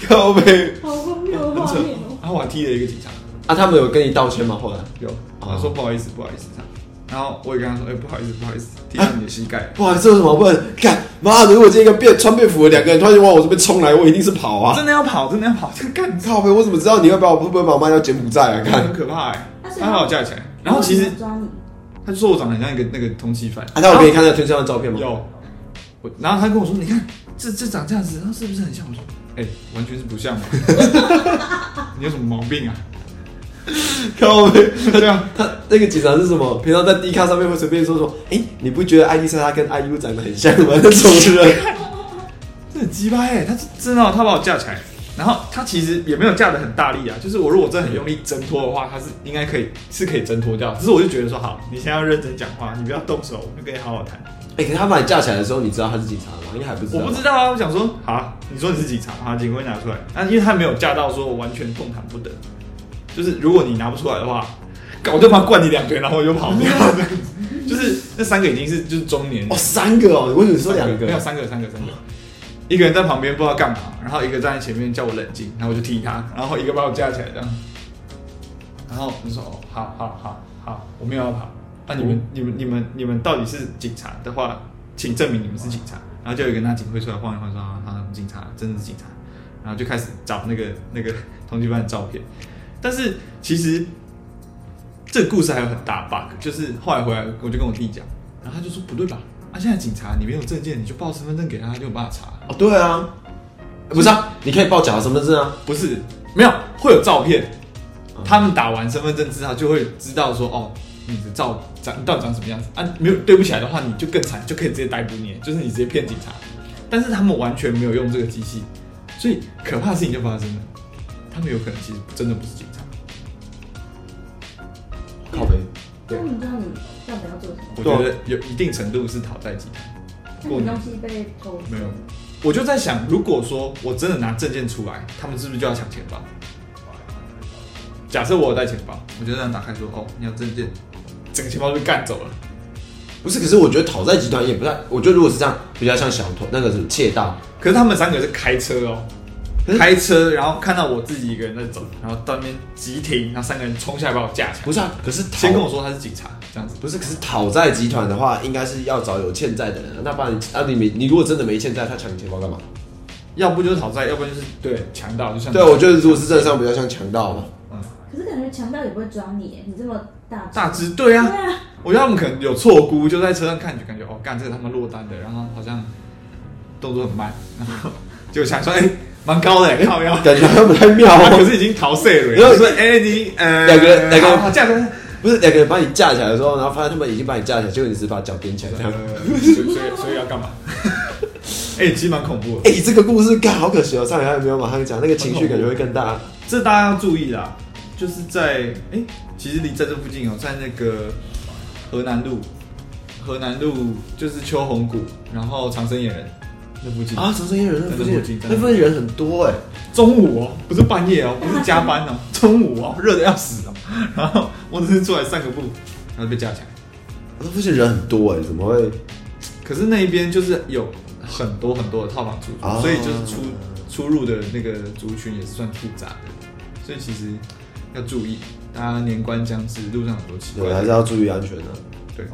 Speaker 2: 靠背
Speaker 3: 好荒谬的画面哦！
Speaker 1: 然后我还踢了一个警察，
Speaker 2: 啊，他们有跟你道歉吗？后来
Speaker 1: 有，他说不好意思，不好意思这样。然后我也跟他说，哎、不好意思，不好意思，踢到你的膝盖。
Speaker 2: 哇，这有什么不能干？妈的，如果今天一个便穿便服的两个人突然间往我这边冲来，我一定是跑啊！
Speaker 1: 真的要跑，真的要跑，这个干
Speaker 2: 靠背，我怎么知道你会把我会不会把我卖到柬埔寨啊？看
Speaker 1: 很，可怕哎、
Speaker 3: 啊所以
Speaker 1: 他把我架起来，然后其实
Speaker 3: 他抓你，
Speaker 1: 他就说我长得很像一个那个通缉犯，
Speaker 2: 啊，那我给你看那天上的照片吗？
Speaker 1: 有，我然后他跟我说，你看这这长这样子，然后是不是很像？我说，哎、完全是不 像嘛，你有什么毛病 啊？
Speaker 2: 靠背，
Speaker 1: 对啊，
Speaker 2: 他那个警察是什么？平常在 D 卡上面会随便说说，哎、你不觉得艾丽莎她跟 IU 长得很像吗？那种人，
Speaker 1: 这很鸡巴哎，他是真的哦，他把我架起来，然后他其实也没有架得很大力啊，就是我如果真的很用力挣脱的话，他是应该可以是可以挣脱掉，只是我就觉得说，好，你现在要认真讲话，你不要动手，我就跟你好好谈。
Speaker 2: 哎、可是他把你架起来的时候，你知道他是警察吗？应该还不知道
Speaker 1: 我
Speaker 2: 吧。
Speaker 1: 不知道啊，我想说，好，你说你是警察，好，警徽拿出来，啊，因为他没有架到说我完全动弹不得，就是如果你拿不出来的话，干我就怕灌你两拳，然后我就 跑掉，这样子就是那三个已经是就是中年
Speaker 2: 哦，三个哦，我以为你说两
Speaker 1: 没有
Speaker 2: 个。
Speaker 1: 三个，三个，三个。一个人在旁边不知道干嘛，然后一个站在前面叫我冷静，然后我就踢他，然后一个把我架起来这样，然后我就说哦，好好好好，我没有要跑。啊，你们、你们你们你们到底是警察的话，请证明你们是警察。然后就有一个拿警徽出来晃一晃说啊，他警察，真的是警察。然后就开始找那个那个通缉犯的照片，但是其实这个故事还有很大 bug，就是后来回来我就跟我弟讲，然后他就说不对吧？啊，现在警察你没有证件，你就报身份证给他，他就有办法查。
Speaker 2: 哦，对啊，不是啊，你可以报假的身份证啊。
Speaker 1: 不是，没有会有照片，他们打完身份证之后就会知道说哦，你的照长你到底长什么样子啊？没有对不起来的话，你就更惨，就可以直接逮捕你，就是你直接骗警察。但是他们完全没有用这个机器，所以可怕的事情就发生了，他们有可能其实真的不是警察。
Speaker 2: 靠背，
Speaker 3: 那你知道你到底要做什么？
Speaker 1: 我觉得有一定程度是讨债集团。
Speaker 3: 那你东西被偷，
Speaker 1: 没有，我就在想，如果说我真的拿证件出来，他们是不是就要抢钱包？假设我有带钱包，我就这样打开说：“哦，你有证件。”整个钱包就被干走了。
Speaker 2: 不是，可是我觉得讨债集团也不太，我觉得如果是这样，比较像小偷那个什么窃盗。
Speaker 1: 可是他们三个是开车哦，开车，然后看到我自己一个人在走，然后到那边急停，然后三个人冲下来把我架起来，
Speaker 2: 不是啊，可是
Speaker 1: 先跟我
Speaker 2: 讨
Speaker 1: 说他是警察，这样子。
Speaker 2: 不是，可是讨债集团的话，应该是要找有欠债的人啊。那不然啊，你没你如果真的没欠债，他抢你钱包干嘛？
Speaker 1: 要不就是讨债，要不然就是对强盗，就像
Speaker 2: 对，我觉得如果是正上，比较像强盗嘛。
Speaker 3: 可是感觉强盗也不会抓你耶，你这么大只
Speaker 1: 嗯大只，对啊，
Speaker 3: 对啊，
Speaker 1: 我觉得他们可能有错估，就在车上看，就感觉哦，干这个他们落单的，然后好像动作很慢，然后就想说，哎、蛮高的、欸，靠腰，
Speaker 2: 感觉他不太妙
Speaker 1: 他可
Speaker 2: 哦。
Speaker 1: 是已经逃税了、
Speaker 2: 然后
Speaker 1: 欸，说，哎、你呃，
Speaker 2: 两个人两个人
Speaker 1: 好好这样子，
Speaker 2: 不是两个人把你架起来的时候，然后发现他们已经把你架起来，结果你只是把脚踮起来这
Speaker 1: 呃
Speaker 2: 样。，
Speaker 1: 所以所以所以要干 嘛？哎、其实蛮恐怖的，
Speaker 2: 哎、这个故事干好可惜哦，上礼拜没有马上讲，那个情绪感觉会更大。
Speaker 1: 这大家要注意啦，就是在哎、其实离在这附近哦，在那个河南路，河南路就是秋红谷，然后长生野人那附近
Speaker 2: 啊，长生人那附
Speaker 1: 那附近
Speaker 2: 近，那附近人很多哎、
Speaker 1: 中午哦，不是半夜 哦，不是加班哦，中午哦，热的要死哦。然后我只是出来散个步，然后被架起来。
Speaker 2: 那附近人很多哎、怎么会？
Speaker 1: 可是那一边就是有很多很多的套房出租，
Speaker 2: 啊
Speaker 1: 所以就是出出入的那个族群也是算复杂的，所以其实要注意，大家年关将至，路上很多奇怪
Speaker 2: 对，还
Speaker 1: 的
Speaker 2: 是要注意安全啊。
Speaker 1: 对，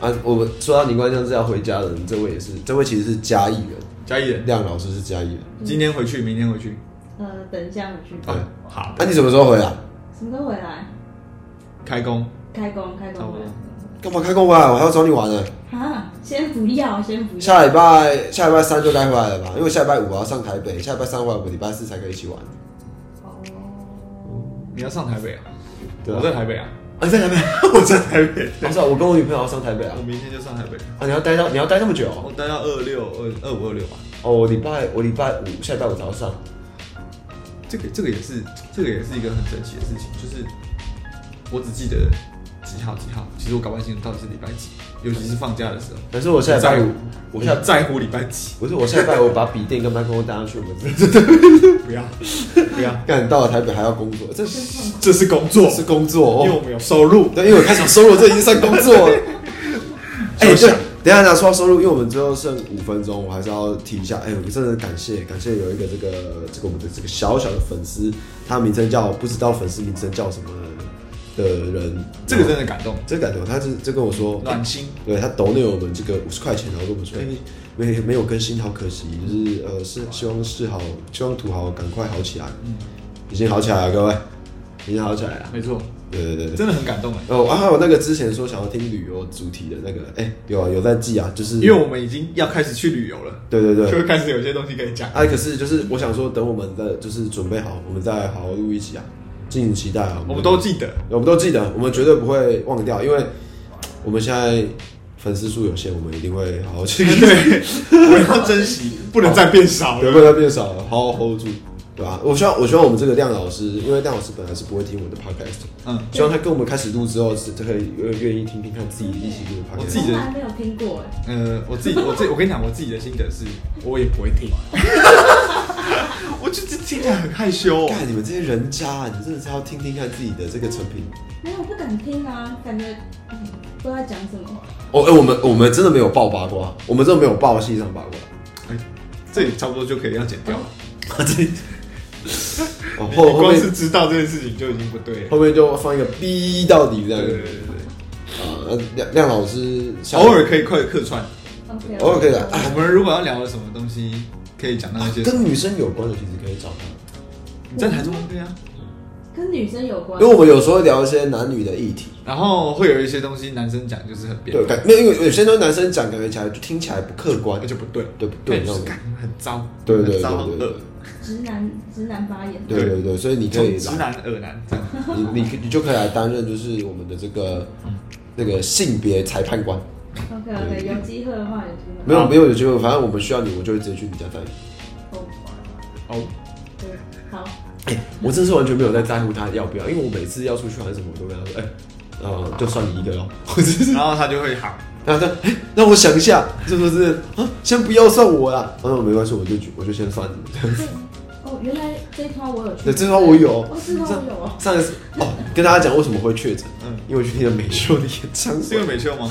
Speaker 2: 啊，我们说到宁冠江是要回家的人，这位也是，这位其实是嘉义人，
Speaker 1: 嘉义人，
Speaker 2: 亮老师是嘉义人。
Speaker 1: 今天回去，明天回去。
Speaker 3: 呃，等一下我去，
Speaker 2: 对
Speaker 1: 哦，好，
Speaker 2: 那、啊、你什么时候回来？
Speaker 3: 什么时候回来？
Speaker 1: 开工，
Speaker 3: 开工，开
Speaker 1: 差不
Speaker 3: 工
Speaker 1: 多
Speaker 3: 回来。
Speaker 2: 干嘛开工回来？我还要找你玩呢、
Speaker 3: 啊，先不要，先不要。
Speaker 2: 下礼拜下礼拜三就该回来了吧？因为下礼拜五我要上台北，下礼拜三回来，我们礼拜四才可以一起玩。
Speaker 3: 哦
Speaker 1: 你要上台北啊？
Speaker 2: 对啊
Speaker 1: 我在台北啊，
Speaker 2: 啊，你在台北？
Speaker 1: 我在台北，
Speaker 2: 不是、啊，我跟我女朋友要上台北啊
Speaker 1: 我。明天就上台北，
Speaker 2: 啊，你要待到你要待那么久、
Speaker 1: 我待到二六二二五二六吧。
Speaker 2: 哦，我礼拜我礼拜五下礼拜五早上。
Speaker 1: 这个这个也是这个也是一个很神奇的事情，就是我只记得几号几号，其实我搞不清楚到底是礼拜几，尤其是放假的时候，
Speaker 2: 可是我下礼
Speaker 1: 在
Speaker 2: 拜
Speaker 1: 乎
Speaker 2: 五，我
Speaker 1: 我
Speaker 2: 下
Speaker 1: 要在乎礼拜几，
Speaker 2: 不是我下礼拜五把笔电跟麦克风带上去，我们
Speaker 1: 不要不要，
Speaker 2: 干到了台北还要工作，这
Speaker 3: 真
Speaker 2: 是
Speaker 3: 痛苦。
Speaker 1: 这是工作
Speaker 2: 这，是工作
Speaker 1: 因为
Speaker 2: 哦。
Speaker 1: 我们有收入，
Speaker 2: 对，因为我开始有收入，这已经算工作 了。
Speaker 1: 收
Speaker 2: 哎、对
Speaker 1: 下，
Speaker 2: 等一下，等一下说到收入，因为我们最后剩五分钟，我还是要提一下。哎、我真的感谢感谢有一个这个这个我们的这个小小的粉丝，他名称叫不知道粉丝名称叫什么的人，
Speaker 1: 这个真的感动，
Speaker 2: 真感动。他是就跟我说，
Speaker 1: 暖心，
Speaker 2: 对他抖内我们这个五十块钱，然后跟我们说，哎、没没有更新，好可惜，就是呃是希望是好，希望土豪赶快好起来，
Speaker 1: 嗯，
Speaker 2: 已经好起来了，各位，已经好起来了。
Speaker 1: 没错，
Speaker 2: 对对对对。
Speaker 1: 真的很感动哎，
Speaker 2: 哦，啊还有那个之前说想要听旅游主题的那个，哎、有啊，有在记啊，就是
Speaker 1: 因为我们已经要开始去旅游了，
Speaker 2: 对对
Speaker 1: 就
Speaker 2: 对，
Speaker 1: 会开始有些东西可以讲，
Speaker 2: 哎、可是就是我想说，等我们的就是准备好，我们再好好录一集啊，敬请期待啊，
Speaker 1: 我们都记 得，
Speaker 2: 我们都记得，我们绝对不会忘掉，因为我们现在粉丝数有限，我们一定会好好去，
Speaker 1: 对，我们要珍惜，不能再变少
Speaker 2: 对，
Speaker 1: 了
Speaker 2: 不。要变少了，好好 hold 住，对吧、我希望我希望我们这个亮老师，因为亮老师本来是不会听我的 podcast，
Speaker 1: 嗯，
Speaker 2: 希望他跟我们开始录之后是可以愿愿意听听看自己一起录的 podcast，
Speaker 1: 我自己
Speaker 3: 从来没有听过哎，
Speaker 1: 呃，我自己，我自己，我跟你讲，我自己的心得是，我也不会听，我就就听起来很害羞、哦。
Speaker 2: 看你们这些人渣啊，你真的是要听听看自己的这个成品。
Speaker 3: 没有不敢听啊，感觉嗯不知道在讲什么。
Speaker 2: 哦，哎、我们我们真的没有爆八卦，我们真的没有爆戏上八卦。
Speaker 1: 哎，这里差不多就可以要剪掉了。
Speaker 2: 这哦
Speaker 1: 你
Speaker 2: 后
Speaker 1: 你
Speaker 2: 后
Speaker 1: 光
Speaker 2: 面
Speaker 1: 是知道这件事情就已经不对了。
Speaker 2: 后面就放一个逼到底这样
Speaker 1: 对对
Speaker 2: 子
Speaker 1: 对对
Speaker 2: 啊。那亮亮老师下
Speaker 1: 对，偶尔可以快客串。
Speaker 3: OK，
Speaker 2: 偶尔可以哦的，
Speaker 1: 我们如果要聊了什么东西，可以讲到一些。
Speaker 2: 啊跟女生有关的，其实可以找他，
Speaker 1: 你在台中对啊，
Speaker 3: 跟女生有关
Speaker 2: 因为。我们有时候聊一些男女的议题。
Speaker 1: 然后会有一些东西男生讲就是很变
Speaker 2: 对，
Speaker 1: 态，
Speaker 2: 感没有，因为有些时候男生讲，感觉起来就听起来不客观
Speaker 1: 那，就不对，
Speaker 2: 对不对？
Speaker 1: 就
Speaker 2: 那
Speaker 1: 是
Speaker 2: 种
Speaker 1: 感很糟，
Speaker 2: 对对对
Speaker 1: 很糟很
Speaker 2: 对对
Speaker 1: 恶，
Speaker 3: 直男直男发言，
Speaker 2: 对对对，所以你可以
Speaker 1: 从直
Speaker 2: 来，
Speaker 1: 男恶男这样。
Speaker 2: 你你你就可以来担任，就是我们的这个那个性别裁判官。
Speaker 3: OK OK，有机会的话有机会。
Speaker 2: 没
Speaker 1: 啊
Speaker 2: 有没有有机会，反正我们需要你，我就会直接去你家载你。
Speaker 3: 哦，
Speaker 1: 哦，
Speaker 3: 对，好，
Speaker 2: 我真是完全没有在在乎他要不要，因为我每次要出去玩什么，我都跟他说，哎、呃， 就算你一个哦。我只是，
Speaker 1: 然后他就会好，
Speaker 2: 然后他说，哎、那我想一下，是不是啊？先不要算我啦。他说没关系，我就我就先算你这样子。
Speaker 3: 哦，原来这一套我有去。
Speaker 2: 对，这招我有哦。
Speaker 3: 哦，这套我有哦。
Speaker 2: 上一次哦，跟大家讲为什么会确诊，
Speaker 1: 嗯
Speaker 2: 因为我去听了美秀的演唱
Speaker 1: 是因为
Speaker 2: 会。
Speaker 1: 美秀吗？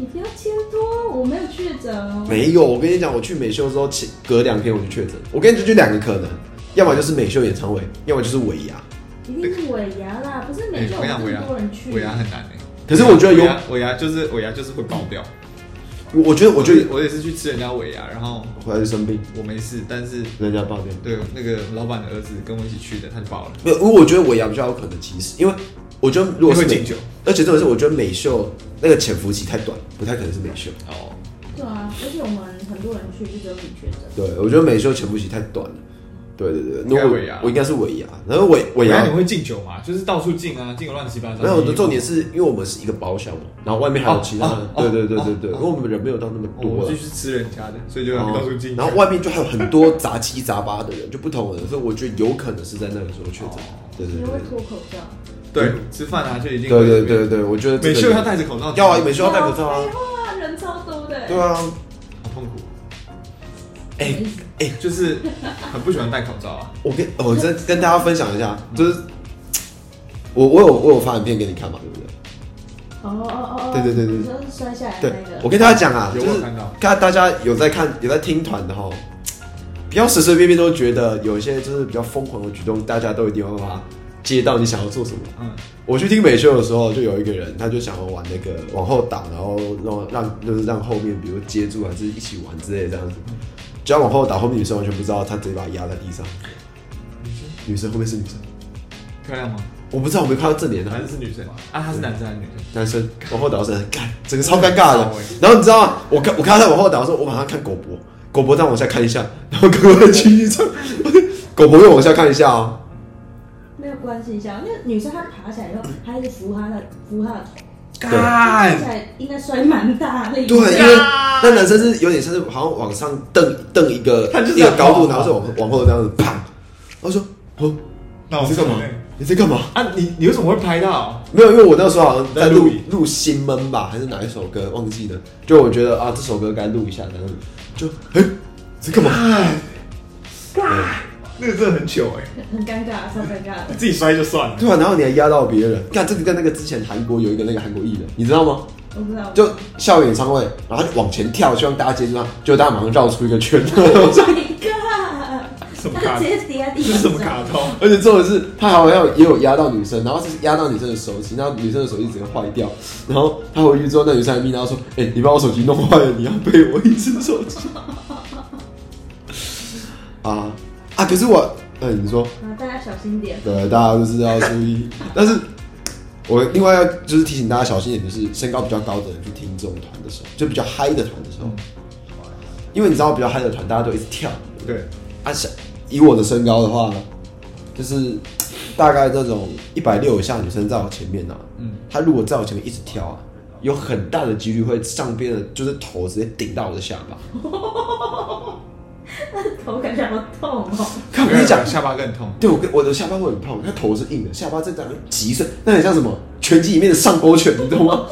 Speaker 3: 你不要牵拖，我没有确诊哦。
Speaker 2: 没有，我跟你讲，我去美秀之后，其隔两天我就确诊。我跟你讲，就两个可能，要么就是美秀演唱会，要么就是尾牙。
Speaker 3: 一定是尾牙啦，不
Speaker 1: 哎，
Speaker 3: 是每个
Speaker 1: 我跟你讲，尾
Speaker 3: 这么多人
Speaker 1: 牙
Speaker 3: 去。
Speaker 1: 尾牙很难哎。
Speaker 2: 可是我觉得有
Speaker 1: 尾牙尾牙就是尾牙就是会爆掉。
Speaker 2: 我我觉得，我觉得
Speaker 1: 我也是去吃人家尾牙，然后
Speaker 2: 回来就生病，
Speaker 1: 我没事，但是
Speaker 2: 人家爆掉。
Speaker 1: 对那个老板的儿子跟我一起去的，他就爆了。
Speaker 2: 没有，因为我觉得尾牙比较有可能，其实因为我觉得如果是
Speaker 1: 因为
Speaker 2: 美
Speaker 1: 敬酒，
Speaker 2: 而且这种是我觉得美秀那个潜伏期太短，不太可能是美秀。
Speaker 1: 哦，
Speaker 3: 对啊，而且我们很多人去，就只有你确诊。
Speaker 2: 对，我觉得美秀潜伏期太短了。对对对，
Speaker 1: 应该
Speaker 2: 那我
Speaker 1: 尾牙
Speaker 2: 我应该是尾牙，然后尾
Speaker 1: 尾
Speaker 2: 尾
Speaker 1: 牙
Speaker 2: 牙
Speaker 1: 你，会敬酒吗？就是到处敬啊，敬个乱七八糟。
Speaker 2: 没有我的重点是因为我们是一个包厢嘛，然后外面还有其他
Speaker 1: 哦
Speaker 2: 的，
Speaker 1: 哦
Speaker 2: 对对对
Speaker 1: 哦
Speaker 2: 对对，
Speaker 1: 哦
Speaker 2: 因为我们人没有到那么
Speaker 1: 哦，
Speaker 2: 多
Speaker 1: 我
Speaker 2: 了
Speaker 1: 就。去吃人家的，所以就
Speaker 2: 然
Speaker 1: 要
Speaker 2: 后
Speaker 1: 到处敬酒。
Speaker 2: 然后外面就还有很多杂七杂八的人，就不同人，所以我觉得有可能是在那个时候确诊
Speaker 1: 哦。
Speaker 2: 对对
Speaker 3: 你
Speaker 2: 对
Speaker 3: 会脱口罩？
Speaker 1: 对吃饭啊，就一定
Speaker 2: 对对对对，我觉得这
Speaker 1: 美
Speaker 2: 个
Speaker 1: 秀要戴着口罩，
Speaker 2: 要啊，美秀要戴口罩啊
Speaker 3: 废，话，人超多的。
Speaker 2: 对啊，
Speaker 1: 好痛苦，
Speaker 2: 哎
Speaker 3: 什么意思
Speaker 2: 哎，
Speaker 1: 就是很不喜欢戴口罩啊。
Speaker 2: 我跟我再跟大家分享一下，就是我我有我有发影片给你看嘛，对不对？
Speaker 3: 哦哦哦哦。
Speaker 2: 对对对对
Speaker 3: 你说是摔下来的
Speaker 2: 对
Speaker 3: 哎那个。，
Speaker 2: 我跟大家讲啊，就
Speaker 1: 有
Speaker 2: 是
Speaker 1: 我看到
Speaker 2: 看大家有在看有在听团的哈，不要随随便便都觉得有一些就是比较疯狂的举动，大家都一定会把它接到你想要做什么。
Speaker 1: 嗯，
Speaker 2: 我去听美秀的时候，就有一个人，他就想要玩那个往后挡，然后让让就是让后面比如接住还是一起玩之类的这样子。只要往后倒，后面女生完全不知道，他直接把他压在地上。
Speaker 1: 女生
Speaker 2: 女生后面是女生，
Speaker 1: 漂亮吗？
Speaker 2: 我不知道，我没看到正脸啊
Speaker 1: 还。是是女生啊？他是男生还是女生？
Speaker 2: 男生往后倒是很干，整个 超尴尬的
Speaker 1: 很糟欸。
Speaker 2: 然后你知道吗？我看我看到他往后倒的时候，我马上看狗博，狗博再往下看一下， 然后狗博继续唱， 狗博又往下看一下哦。
Speaker 3: 没有关系一下，那女生她爬起来以后，她一直扶她的扶她的头，
Speaker 1: 干
Speaker 3: 看起来应该摔蛮大力的。
Speaker 2: 对，因为那男生是有点像是好像往上蹬蹬一个
Speaker 1: 他就是
Speaker 2: 一个高
Speaker 1: 往
Speaker 2: 度，
Speaker 1: 后
Speaker 2: 然后是往后往后这样子啪。然后说哦，
Speaker 1: 那我
Speaker 2: 你是干嘛
Speaker 1: 承认
Speaker 2: 你在干嘛？
Speaker 1: 啊，你你为什么会拍到？
Speaker 2: 没有，因为我那时候好像在
Speaker 1: 在录
Speaker 2: 录
Speaker 1: 影
Speaker 2: 录新闷吧，还是哪一首歌忘记了。就我觉得啊，这首歌该录一下，然后就哎、这干嘛？
Speaker 1: 那个真的很糗哎、
Speaker 3: 很尴尬，超尴尬的。
Speaker 1: 自己摔就算了。
Speaker 2: 对啊，然后你还压到别人。看这个跟那个之前韩国有一个那个韩国艺人，你知道吗？
Speaker 3: 我不知道，
Speaker 2: 就校园演唱会，然后他就往前跳，希望大家接住他，结果大家马上绕出一个圈。
Speaker 1: 什么
Speaker 3: Oh my god！他
Speaker 1: 卡
Speaker 3: 直？接跌在
Speaker 1: 这
Speaker 3: 地上。
Speaker 1: 是什么卡通？
Speaker 2: 而且重点是，他好像也有压到女生，然后是压到女生的手机，然后女生的手机整个坏掉，然后他回去之后，那女生还密他说：“哎、你把我手机弄坏了，你要赔我一只手机。”啊啊！可是我，呃，你说，
Speaker 3: 啊？大家小心点。
Speaker 2: 对，大家就是要注意， 但是。我另外要就是提醒大家小心一点，就是身高比较高的人去听这种团的时候，就比较嗨的团的时候，
Speaker 1: 嗯
Speaker 2: 因为你知道比较嗨的团大家都一直跳，
Speaker 1: 对，
Speaker 2: 啊，像以我的身高的话，就是大概这种一百六以下的女生在我前面呢、啊，
Speaker 1: 嗯
Speaker 2: 她如果在我前面一直跳啊，有很大的几率会上边的，就是头直接顶到我的下巴。
Speaker 3: 他的头感觉好痛哦。
Speaker 2: 看我跟你讲，
Speaker 1: 下巴更痛。
Speaker 2: 对我跟我的下巴会很痛，她头是硬的，下巴在这样急升，那很像什么拳击里面的上勾拳，你懂吗？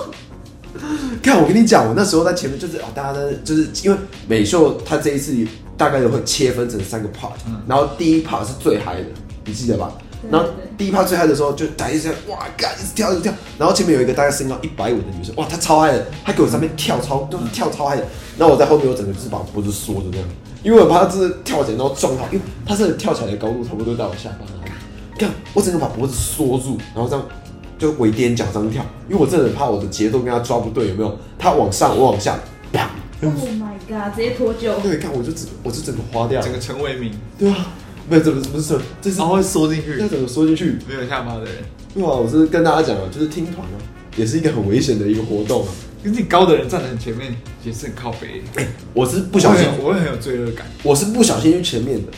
Speaker 2: 看我跟你讲，我那时候在前面就是啊，大家在就是因为美秀她这一次大概有会切分成三个 part，、
Speaker 1: 嗯
Speaker 2: 然后第一 part 是最嗨的，你记得吧？
Speaker 3: 对
Speaker 2: 然后
Speaker 3: 对
Speaker 2: 第一趴最嗨的时候，就打一声哇，干一直跳一直跳，然后前面有一个大概身高一百五的女生，哇，她超嗨的，她给我上面跳超，都跳超嗨的，然后我在后面我整个就是把脖子缩着这样，因为我怕她真的跳起来然后撞到，因为她真的跳起来的高度差不多到我下巴那里，干，我整个把脖子缩住，然后这样就尾踮脚这样跳，因为我真的很怕我的节奏跟她抓不对，有没有？她往上，我往下，啪，
Speaker 3: Oh my god！直接脱臼。
Speaker 2: 对，看我就整我就整个花掉，
Speaker 1: 整个陈为民，
Speaker 2: 对啊，没有，这不是不是，这是
Speaker 1: 然哦后会缩进去
Speaker 2: 要，怎么缩进去？
Speaker 1: 没有下巴的人。
Speaker 2: 对啊，我是跟大家讲啊，就是听团啊，也是一个很危险的一个活动啊。
Speaker 1: 可是你高的人站得很前面，也是很靠北，
Speaker 2: 我是不小心
Speaker 1: 我，会我会很有罪恶感。
Speaker 2: 我是不小心去前面的，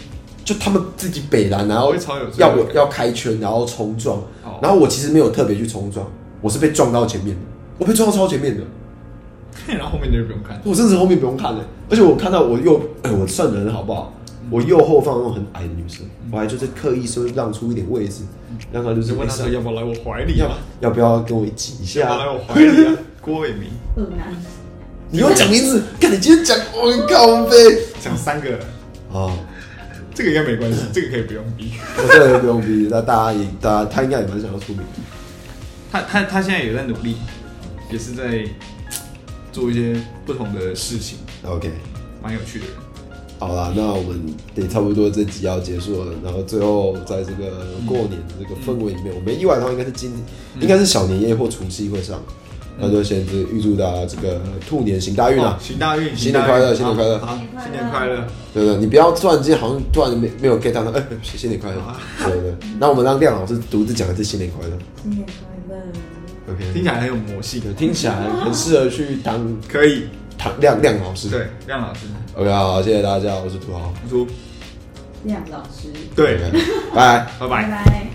Speaker 2: 就他们自己北拦，然后
Speaker 1: 我会超有罪恶
Speaker 2: 要
Speaker 1: 感
Speaker 2: 我要开圈，然后冲撞
Speaker 1: 哦，
Speaker 2: 然后我其实没有特别去冲撞，我是被撞到前面的，我被撞到超前面的，
Speaker 1: 然后后面你就不用看，
Speaker 2: 我甚至后面不用看了，而且我看到我右，哎、我算人好不好？
Speaker 1: 嗯
Speaker 2: 我右后方那种很矮的女生，我还就是刻意说让出一点位置，让她就
Speaker 1: 我嗯
Speaker 2: 是
Speaker 1: 就问他说
Speaker 2: 哎
Speaker 1: 要不要来我怀里
Speaker 2: 要
Speaker 1: 啊？
Speaker 2: 要不要跟我挤一
Speaker 1: 要
Speaker 2: 下
Speaker 1: 不要来我怀里啊？郭伟明
Speaker 3: 恶男。
Speaker 2: 你又讲名字，看你今天讲，我靠背。
Speaker 1: 讲三个人，
Speaker 2: 哦，
Speaker 1: 这个应该没关 系，这个可以不用逼。
Speaker 2: 我这个不用逼，那大家也大家他应该也蛮想要出名的。
Speaker 1: 他他他现在也在努力，也是在做一些不同的事情，
Speaker 2: OK，
Speaker 1: 蛮有趣的人。
Speaker 2: 好啦，那我们也差不多这集要结束了，然后最后在这个过年的这个氛围里面，我们意外的话应该是今
Speaker 1: 嗯
Speaker 2: 应该是小年夜或除夕会上，那就先是预祝大家这个兔年行大运
Speaker 1: 哦
Speaker 2: 啊！
Speaker 1: 行大运，
Speaker 2: 新年快乐新年快乐
Speaker 1: 好，好新
Speaker 3: 新
Speaker 1: 年
Speaker 3: 年
Speaker 1: 快
Speaker 3: 快乐
Speaker 1: 乐。
Speaker 2: 对对，你不要突然间好像突然没没有 get 到那，哎、新年快乐！对对，那我们让亮老师独自讲一次新年快乐。
Speaker 3: 新年快乐。
Speaker 2: OK，
Speaker 1: 听起来很有魔性，
Speaker 2: 对听起来很适合去当
Speaker 1: 可以。
Speaker 2: 唐亮亮老师。
Speaker 1: 对，亮老师，
Speaker 2: ，OK，好，谢谢大家，我是土豪。
Speaker 1: 我说
Speaker 3: 亮老师。
Speaker 1: 对，
Speaker 2: 拜拜。
Speaker 1: 拜拜
Speaker 3: 拜。拜。